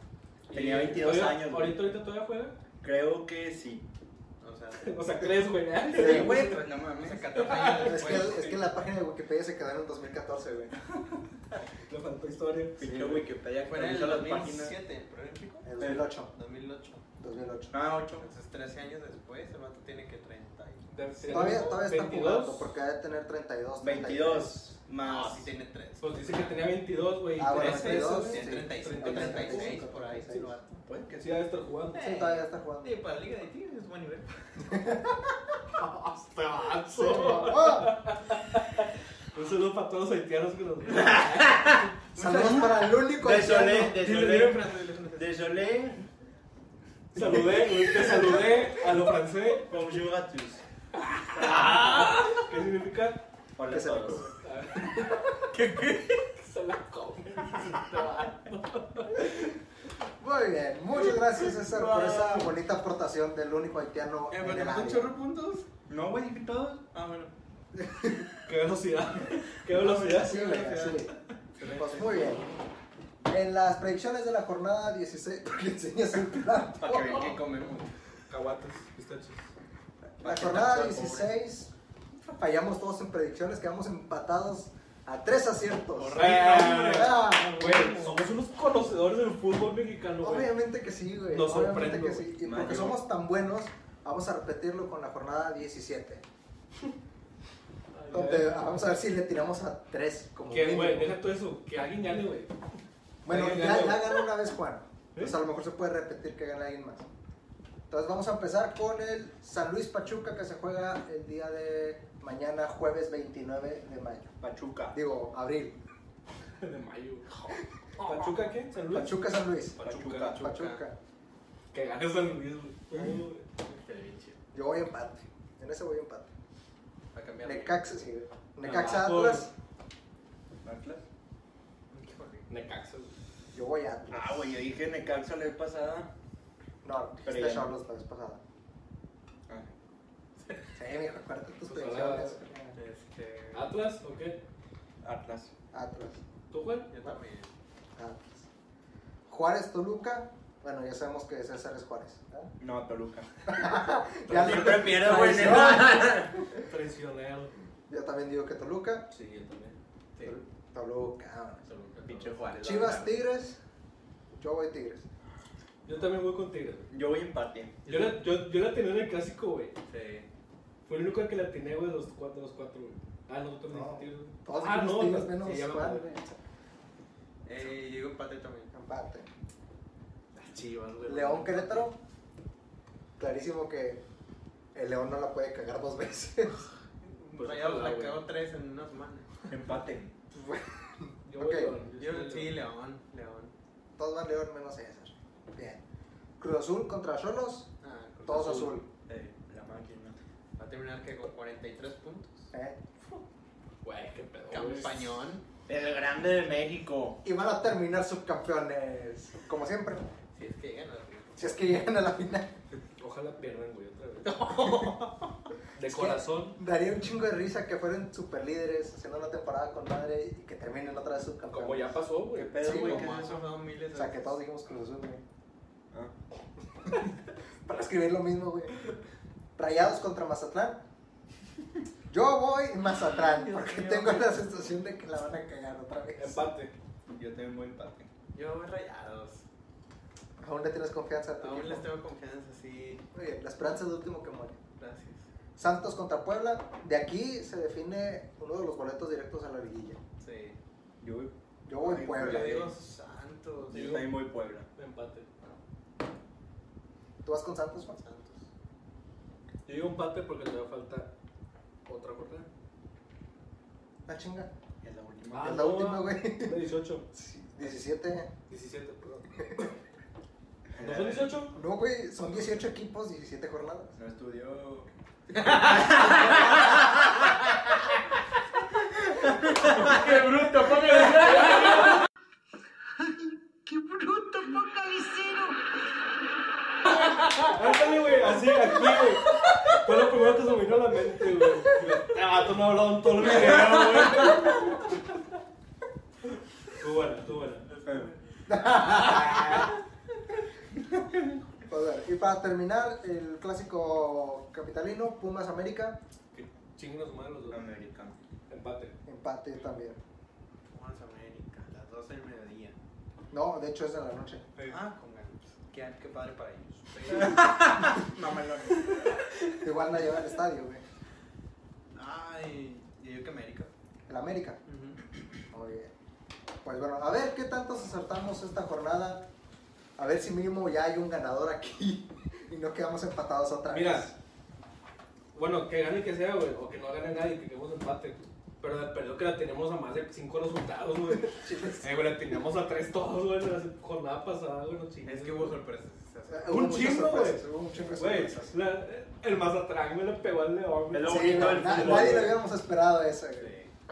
Speaker 6: Tenía 22
Speaker 4: Oye,
Speaker 6: años, güey.
Speaker 4: ¿Ahorita, ahorita todavía juega?
Speaker 6: Creo que sí.
Speaker 5: O sea,
Speaker 4: O sea, crees, güey. ¿eh?
Speaker 3: Sí,
Speaker 6: Sí,
Speaker 3: güey.
Speaker 6: güey, pues no mames.
Speaker 5: hace 14 años
Speaker 3: Es que,
Speaker 5: después.
Speaker 3: es que la página de Wikipedia se quedó en el 2014, güey.
Speaker 4: Le faltó historia.
Speaker 6: Pinche Wikipedia
Speaker 5: Fue en el
Speaker 6: actualiza las páginas.
Speaker 5: 2007, ¿Proolímpico?
Speaker 3: En 2008.
Speaker 5: 2008.
Speaker 3: 2008.
Speaker 6: Ah, 8.
Speaker 5: Entonces 13 años después, el vato tiene que 30 y...
Speaker 3: Todavía, todavía está
Speaker 4: 22.
Speaker 3: jugando porque debe tener 32.
Speaker 6: 22
Speaker 5: No,
Speaker 6: más.
Speaker 5: sí tiene 3.
Speaker 4: Pues dice que tenía 22, güey. y
Speaker 3: Ah, bueno,
Speaker 4: 13 esos.
Speaker 3: 22,
Speaker 5: Tiene 35, 36, por ahí.
Speaker 3: Sí, lo
Speaker 5: Sí,
Speaker 6: Puede que
Speaker 4: Sí, ha de estar jugando.
Speaker 3: Sí, todavía está jugando.
Speaker 5: para la Liga de Tigres es buen nivel.
Speaker 3: Sí, ¡Oh!
Speaker 4: Un saludo para todos los haitianos que nos ven.
Speaker 3: Saludos para el único.
Speaker 6: Desolé,
Speaker 3: haitiano.
Speaker 6: desolé. Desolé,
Speaker 4: Saludé, güey, te saludé a lo francés.
Speaker 6: bonjour à tous.
Speaker 4: ¿Qué significa?
Speaker 6: Hola
Speaker 3: Que
Speaker 6: a
Speaker 3: se la
Speaker 6: todos.
Speaker 4: Que se la come.
Speaker 3: Muy bien. Muchas gracias, César, por esa bonita aportación del único haitiano.
Speaker 5: Eh,
Speaker 3: en
Speaker 5: pero
Speaker 3: el
Speaker 5: ¿no
Speaker 3: área.
Speaker 5: chorro puntos?
Speaker 6: No, güey, dije todos. Ah, bueno.
Speaker 4: Qué velocidad. Qué velocidad.
Speaker 3: Sí, güey, sí. Pues muy bien. En las predicciones de la jornada 16, porque enseñas el plato.
Speaker 6: Para que vean que comemos.
Speaker 4: Caguatas, pistachos.
Speaker 3: La jornada 16, fallamos todos en predicciones, quedamos empatados a tres aciertos.
Speaker 4: Correcto.
Speaker 3: Ah,
Speaker 4: Güey, somos unos conocedores del fútbol mexicano, güey.
Speaker 3: Obviamente que sí, güey.
Speaker 4: Nos
Speaker 3: Obviamente
Speaker 4: sorprende,
Speaker 3: que sí. Y
Speaker 6: güey.
Speaker 3: porque
Speaker 6: Mayo.
Speaker 3: somos tan buenos, vamos a repetirlo con la jornada 17. Donde ah, vamos a ver si le tiramos a 3 como
Speaker 4: Que,
Speaker 3: mínimo.
Speaker 4: güey, deja todo eso. Que alguien gane, güey.
Speaker 3: Bueno,
Speaker 4: Alguien
Speaker 3: ya,
Speaker 4: gane,
Speaker 3: ya
Speaker 4: güey.
Speaker 3: ganó una vez Juan. Entonces
Speaker 4: ¿Sí?
Speaker 3: a lo mejor se puede repetir que gane alguien más. Entonces vamos a empezar con el San Luis Pachuca que se juega el día de mañana, jueves 29 de mayo.
Speaker 6: Pachuca.
Speaker 3: Digo, abril.
Speaker 4: De mayo. ¿Pachuca qué? ¿San Luis?
Speaker 3: Pachuca San Luis.
Speaker 6: Pachuca.
Speaker 4: Pachuca.
Speaker 3: Pachuca.
Speaker 4: Que gane San Luis, güey.
Speaker 3: Yo voy a empate. En ese voy a empate.
Speaker 5: Para cambiar.
Speaker 3: Necaxa, sí. güey. Necaxa
Speaker 4: Ah, por-
Speaker 3: Atlas.
Speaker 6: Atlas.
Speaker 4: Necaxa, güey.
Speaker 3: Yo voy a Atlas.
Speaker 6: Ah, güey, yo dije Necaxa la vez pasada.
Speaker 3: No,
Speaker 6: Pero
Speaker 3: este
Speaker 6: ya no.
Speaker 3: Charlos la vez pasada.
Speaker 5: Ah.
Speaker 3: Sí, mijo, acuérdate tus
Speaker 4: Pues
Speaker 3: predicciones.
Speaker 5: Este.
Speaker 3: Ah.
Speaker 4: ¿Atlas o qué?
Speaker 6: Atlas.
Speaker 3: Atlas.
Speaker 4: ¿Tú, Juan?
Speaker 5: Yo también.
Speaker 3: Atlas. Juárez Toluca. Bueno, ya sabemos que César es Juárez. ¿verdad?
Speaker 6: No, Toluca.
Speaker 3: Ya
Speaker 6: Siempre
Speaker 3: lo-
Speaker 6: pierdo, güey.
Speaker 3: traición.
Speaker 4: Traicionero.
Speaker 3: Yo también digo que Toluca.
Speaker 4: Sí, yo también.
Speaker 5: Sí.
Speaker 3: Toluca. vámonos.
Speaker 5: Toluca, Pinche Juárez. la
Speaker 3: Chivas
Speaker 5: verdad.
Speaker 3: Tigres. Yo voy Tigres.
Speaker 4: Yo también voy con Tigres, güey.
Speaker 6: Yo voy empate.
Speaker 4: Yo la, yo, yo la tenía en el clásico, güey.
Speaker 5: Sí.
Speaker 4: Fue el único que la tenía, güey, de los cuatro, de los cuatro, güey. Ah, nosotros
Speaker 3: No.
Speaker 4: no. Tigres. güey.
Speaker 3: Todos
Speaker 4: ah,
Speaker 3: dijimos Tigres
Speaker 4: sí,
Speaker 3: menos
Speaker 4: ya me
Speaker 3: Juárez.
Speaker 4: acordé.
Speaker 5: Eh, yo digo empate también.
Speaker 3: Empate.
Speaker 5: Chivas, güey.
Speaker 3: León Querétaro. Clarísimo que el León no la puede cagar dos veces.
Speaker 4: Pues,
Speaker 5: Rayados
Speaker 4: ojalá,
Speaker 5: la
Speaker 4: güey.
Speaker 5: cagó tres en una semana.
Speaker 6: Empate.
Speaker 4: Yo voy
Speaker 3: Ok.
Speaker 4: León, yo
Speaker 5: Yo
Speaker 4: soy
Speaker 5: sí,
Speaker 4: León.
Speaker 5: León. León.
Speaker 3: Todos van León menos César. Bien. Cruz Azul contra Solos.
Speaker 5: Ah, Cruz
Speaker 3: Todos
Speaker 5: Azul.
Speaker 3: azul.
Speaker 5: Eh,
Speaker 6: La máquina.
Speaker 5: Va a terminar que con 43 puntos.
Speaker 3: ¿eh?
Speaker 4: Güey, qué pedo. güey.
Speaker 5: Campañón.
Speaker 6: El grande de México.
Speaker 3: Y van a terminar subcampeones. Como siempre.
Speaker 5: Si es que llegan a la final.
Speaker 3: Si es que llegan a la final.
Speaker 4: Ojalá pierdan, güey, otra vez. De corazón.
Speaker 3: Daría un chingo de risa que fueran superlíderes haciendo una temporada con madre y que terminen otra vez subcampeones.
Speaker 4: Como ya pasó,
Speaker 6: ¿Qué
Speaker 4: güey.
Speaker 6: pedo,
Speaker 3: Sí,
Speaker 6: güey?
Speaker 3: no
Speaker 6: ¿Qué
Speaker 5: Como
Speaker 6: es
Speaker 5: han
Speaker 6: eso?
Speaker 5: pasado miles de
Speaker 3: O sea, que
Speaker 5: veces.
Speaker 3: todos dijimos Cruz Azul, güey.
Speaker 6: Ah.
Speaker 3: Para escribir lo mismo, güey. Rayados contra Mazatlán. Yo voy Mazatlán, porque tengo la sensación de que la van a cagar otra vez.
Speaker 4: Empate.
Speaker 6: Yo también voy empate.
Speaker 5: Yo voy rayados.
Speaker 3: Aún le tienes confianza a tu
Speaker 5: Aún
Speaker 3: equipo.
Speaker 5: les tengo confianza, sí.
Speaker 3: Muy bien, la esperanza es lo último que muere.
Speaker 5: Gracias.
Speaker 3: Santos contra Puebla. De aquí se define uno de los boletos directos a la liguilla.
Speaker 5: Sí.
Speaker 6: Yo voy.
Speaker 3: Yo voy
Speaker 6: Ay,
Speaker 3: Puebla.
Speaker 5: Yo
Speaker 6: Puebla.
Speaker 5: digo Santos.
Speaker 6: Yo
Speaker 4: Yo-
Speaker 6: también voy Puebla.
Speaker 4: Empate.
Speaker 3: ¿Tú vas con Santos, Juan?
Speaker 5: Santos.
Speaker 4: Yo digo empate porque le va a faltar otra jornada.
Speaker 3: La chinga.
Speaker 6: Es la última.
Speaker 4: Ah,
Speaker 3: es la
Speaker 4: no,
Speaker 3: última,
Speaker 4: ah.
Speaker 3: güey.
Speaker 4: De 18.
Speaker 3: 17.
Speaker 4: 17, perdón. ¿No son 18?
Speaker 3: No, güey, son 18 equipos, 17 jornadas.
Speaker 6: No estudió.
Speaker 4: ¡Qué bruto! ¡Póngale!
Speaker 7: ¡Qué bruto, póngale cero!
Speaker 4: Ándale, güey, así, aquí, güey. Fue lo primero que se me vino a la mente, güey. Este vato no ha hablado en todo el video, güey. Tú buena, tú buena.
Speaker 3: Pues, A ver, y para terminar, el clásico capitalino, Pumas América,
Speaker 4: Que chinguen a su madre los dos.
Speaker 6: América.
Speaker 4: Empate.
Speaker 3: empate también.
Speaker 5: Vamos a América. a Las 12 del mediodía.
Speaker 3: No, de hecho es en la noche.
Speaker 5: Ah, con ganas. Qué, qué padre para ellos.
Speaker 6: Mamalón.
Speaker 3: Igual no lleva al estadio, güey.
Speaker 5: Ay, yo digo que América.
Speaker 3: El América. Muy bien. Pues bueno, a ver qué tantos acertamos esta jornada. A ver si mínimo ya hay un ganador aquí y no quedamos empatados otra vez.
Speaker 4: Mira, bueno, que gane que sea, güey, o que no gane nadie, que quedemos empate. Pero la perdió que la tenemos a más de 5 resultados, güey.
Speaker 3: pues.
Speaker 4: Eh, güey, la teníamos a 3 todos, güey, la jornada pasada, güey, no chingues.
Speaker 5: Es que hubo sorpresas. o sea,
Speaker 3: Hubo
Speaker 4: un
Speaker 3: muchas
Speaker 4: chingo,
Speaker 3: sorpresas, Hubo un chingo de
Speaker 4: Güey,
Speaker 3: sorpresas.
Speaker 4: la- el Mazatrán, güey, le pegó al León, güey.
Speaker 6: Es lo
Speaker 3: Sí,
Speaker 6: bonito
Speaker 3: güey,
Speaker 6: del
Speaker 3: na-
Speaker 6: fútbol,
Speaker 3: nadie le
Speaker 6: güey.
Speaker 3: habíamos esperado eso, güey.
Speaker 5: sí.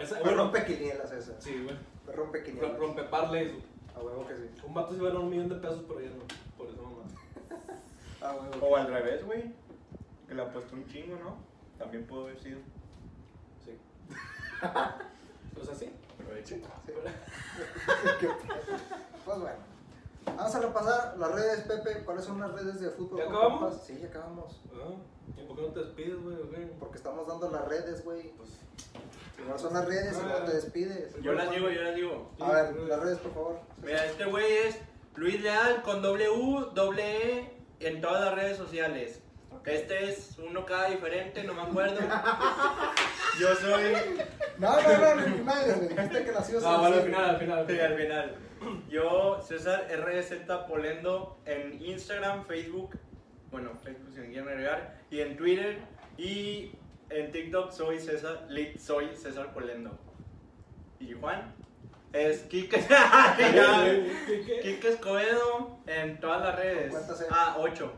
Speaker 4: Esa-
Speaker 3: Me
Speaker 4: güey,
Speaker 3: rompe quinielas eso.
Speaker 4: Sí, güey.
Speaker 3: Me rompe
Speaker 4: Ro-
Speaker 3: quinielas.
Speaker 4: Rompe parlays, güey.
Speaker 3: A huevo que sí.
Speaker 4: Un vato se va a ganar un millón de pesos, pero ya no. Por eso, mamá.
Speaker 3: A huevo.
Speaker 6: O al revés, güey. Que le apostó un chingo, ¿no? También pudo haber sido.
Speaker 4: Sí. o sea, sí.
Speaker 6: Aproveche.
Speaker 3: Sí. Qué pedo. pues bueno. Vamos a repasar las redes, Pepe. ¿Cuáles son las redes de fútbol?
Speaker 4: ¿Ya
Speaker 3: con
Speaker 4: acabamos?
Speaker 3: compas? Sí, ya acabamos.
Speaker 4: Ah, ¿Y por qué no te despides, güey? o qué?
Speaker 3: Porque estamos dando las redes, güey.
Speaker 4: Pues, sí,
Speaker 3: No son las redes y luego te despides.
Speaker 6: Yo las digo, yo las digo.
Speaker 3: A ver, las redes, por favor.
Speaker 6: Mira, este güey es Luis Leal con W, doble E en todas las redes sociales. Este es uno cada diferente, no me acuerdo. Yo soy.
Speaker 3: No, no, no, no, nadie, me dijiste que nació
Speaker 4: Ah, bueno, al
Speaker 3: sencillo.
Speaker 4: final, al final. al
Speaker 6: Sí,
Speaker 4: final.
Speaker 6: al final. Yo, César RZ Polendo en Instagram, Facebook. Bueno, Facebook si me quieren agregar. Y en Twitter. Y en TikTok soy César, Lit, soy César Polendo. Y Juan es Kike.
Speaker 4: ¿Qué, qué, qué?
Speaker 6: Kike Escobedo en todas las redes.
Speaker 3: ¿Cuántas es?
Speaker 6: Ah, 8.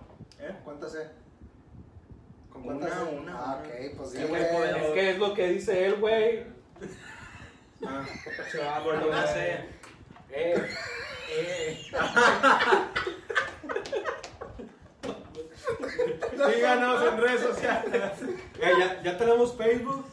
Speaker 3: Cuéntase.
Speaker 6: Con
Speaker 3: Cuéntase.
Speaker 6: una, una.
Speaker 3: Ah,
Speaker 6: una.
Speaker 3: ok, pues
Speaker 6: Sí,
Speaker 3: sí,
Speaker 6: güey,
Speaker 3: güey.
Speaker 6: puedo.
Speaker 4: Es que es lo que dice él, güey.
Speaker 6: Ah,
Speaker 4: Se va
Speaker 6: por
Speaker 4: güey.
Speaker 6: una C.
Speaker 4: Eh,
Speaker 6: Síganos en redes sociales.
Speaker 4: eh, ya, ya tenemos Facebook,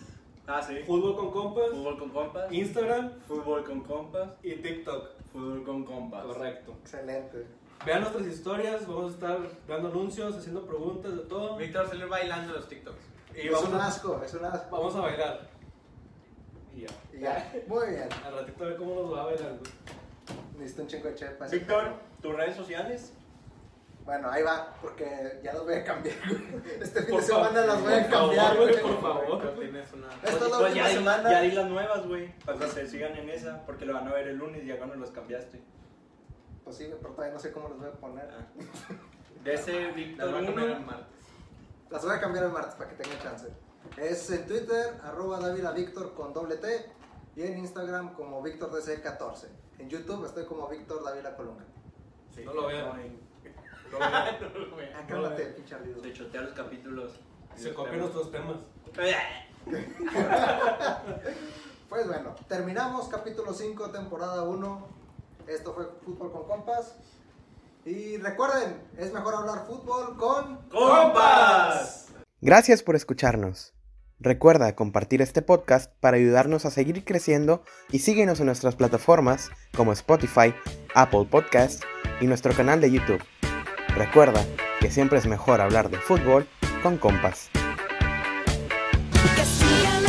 Speaker 6: Ah, sí.
Speaker 4: Fútbol con Compas,
Speaker 6: Fútbol con compas.
Speaker 4: Instagram
Speaker 6: Fútbol con compas.
Speaker 4: y TikTok.
Speaker 6: Fútbol con compas.
Speaker 4: Correcto.
Speaker 3: Excelente.
Speaker 4: Vean nuestras historias, vamos a estar dando anuncios, haciendo preguntas de todo.
Speaker 5: Víctor salió bailando en los TikToks.
Speaker 4: Y
Speaker 3: es
Speaker 4: vamos
Speaker 3: un
Speaker 4: a,
Speaker 3: asco, es un asco.
Speaker 4: vamos a bailar. Y ya.
Speaker 3: Y Ya, muy bien.
Speaker 4: Al ratito a ver cómo nos va bailando.
Speaker 3: Necesito un chingo de chepa.
Speaker 6: Víctor, tus redes sociales.
Speaker 3: Bueno, ahí va, porque ya los voy a cambiar. güey. Este fin
Speaker 4: Por
Speaker 3: de semana
Speaker 4: favor,
Speaker 3: las voy a
Speaker 4: por favor,
Speaker 3: cambiar,
Speaker 4: güey,
Speaker 3: güey.
Speaker 4: por favor.
Speaker 5: Pero tienes una.
Speaker 3: Esta es la
Speaker 6: Pues
Speaker 3: última
Speaker 6: ya, di,
Speaker 3: semana.
Speaker 6: ya di las nuevas, güey. Para que se sigan en esa, porque lo van a ver el lunes ya cuando los cambiaste.
Speaker 3: Pues sí, güey, pero todavía no sé cómo las voy a poner.
Speaker 6: De ese
Speaker 5: Las
Speaker 6: Víctor
Speaker 5: voy a comer el
Speaker 6: 1.
Speaker 5: martes.
Speaker 3: Las voy a cambiar el martes para que tengan chance. Es en Twitter, arroba Dávila Víctor con doble T. Y en Instagram como Víctor DC14. En YouTube estoy como Víctor Dávila Colunga.
Speaker 4: No lo vean.
Speaker 6: No lo vean.
Speaker 3: Ah, cálmate, pinche ardido.
Speaker 6: Se chotea los capítulos. ¡Eh!
Speaker 4: Se copian nuestros temas.
Speaker 3: Pues bueno, terminamos capítulo 5, temporada 1. Esto fue Fútbol con Compas. Y recuerden, es mejor hablar fútbol con...
Speaker 6: ¡Compas!
Speaker 1: Gracias por escucharnos. Recuerda compartir este podcast para ayudarnos a seguir creciendo y síguenos en nuestras plataformas como Spotify, Apple Podcast y nuestro canal de YouTube. Recuerda que siempre es mejor hablar de fútbol con compas.
Speaker 8: Que sigan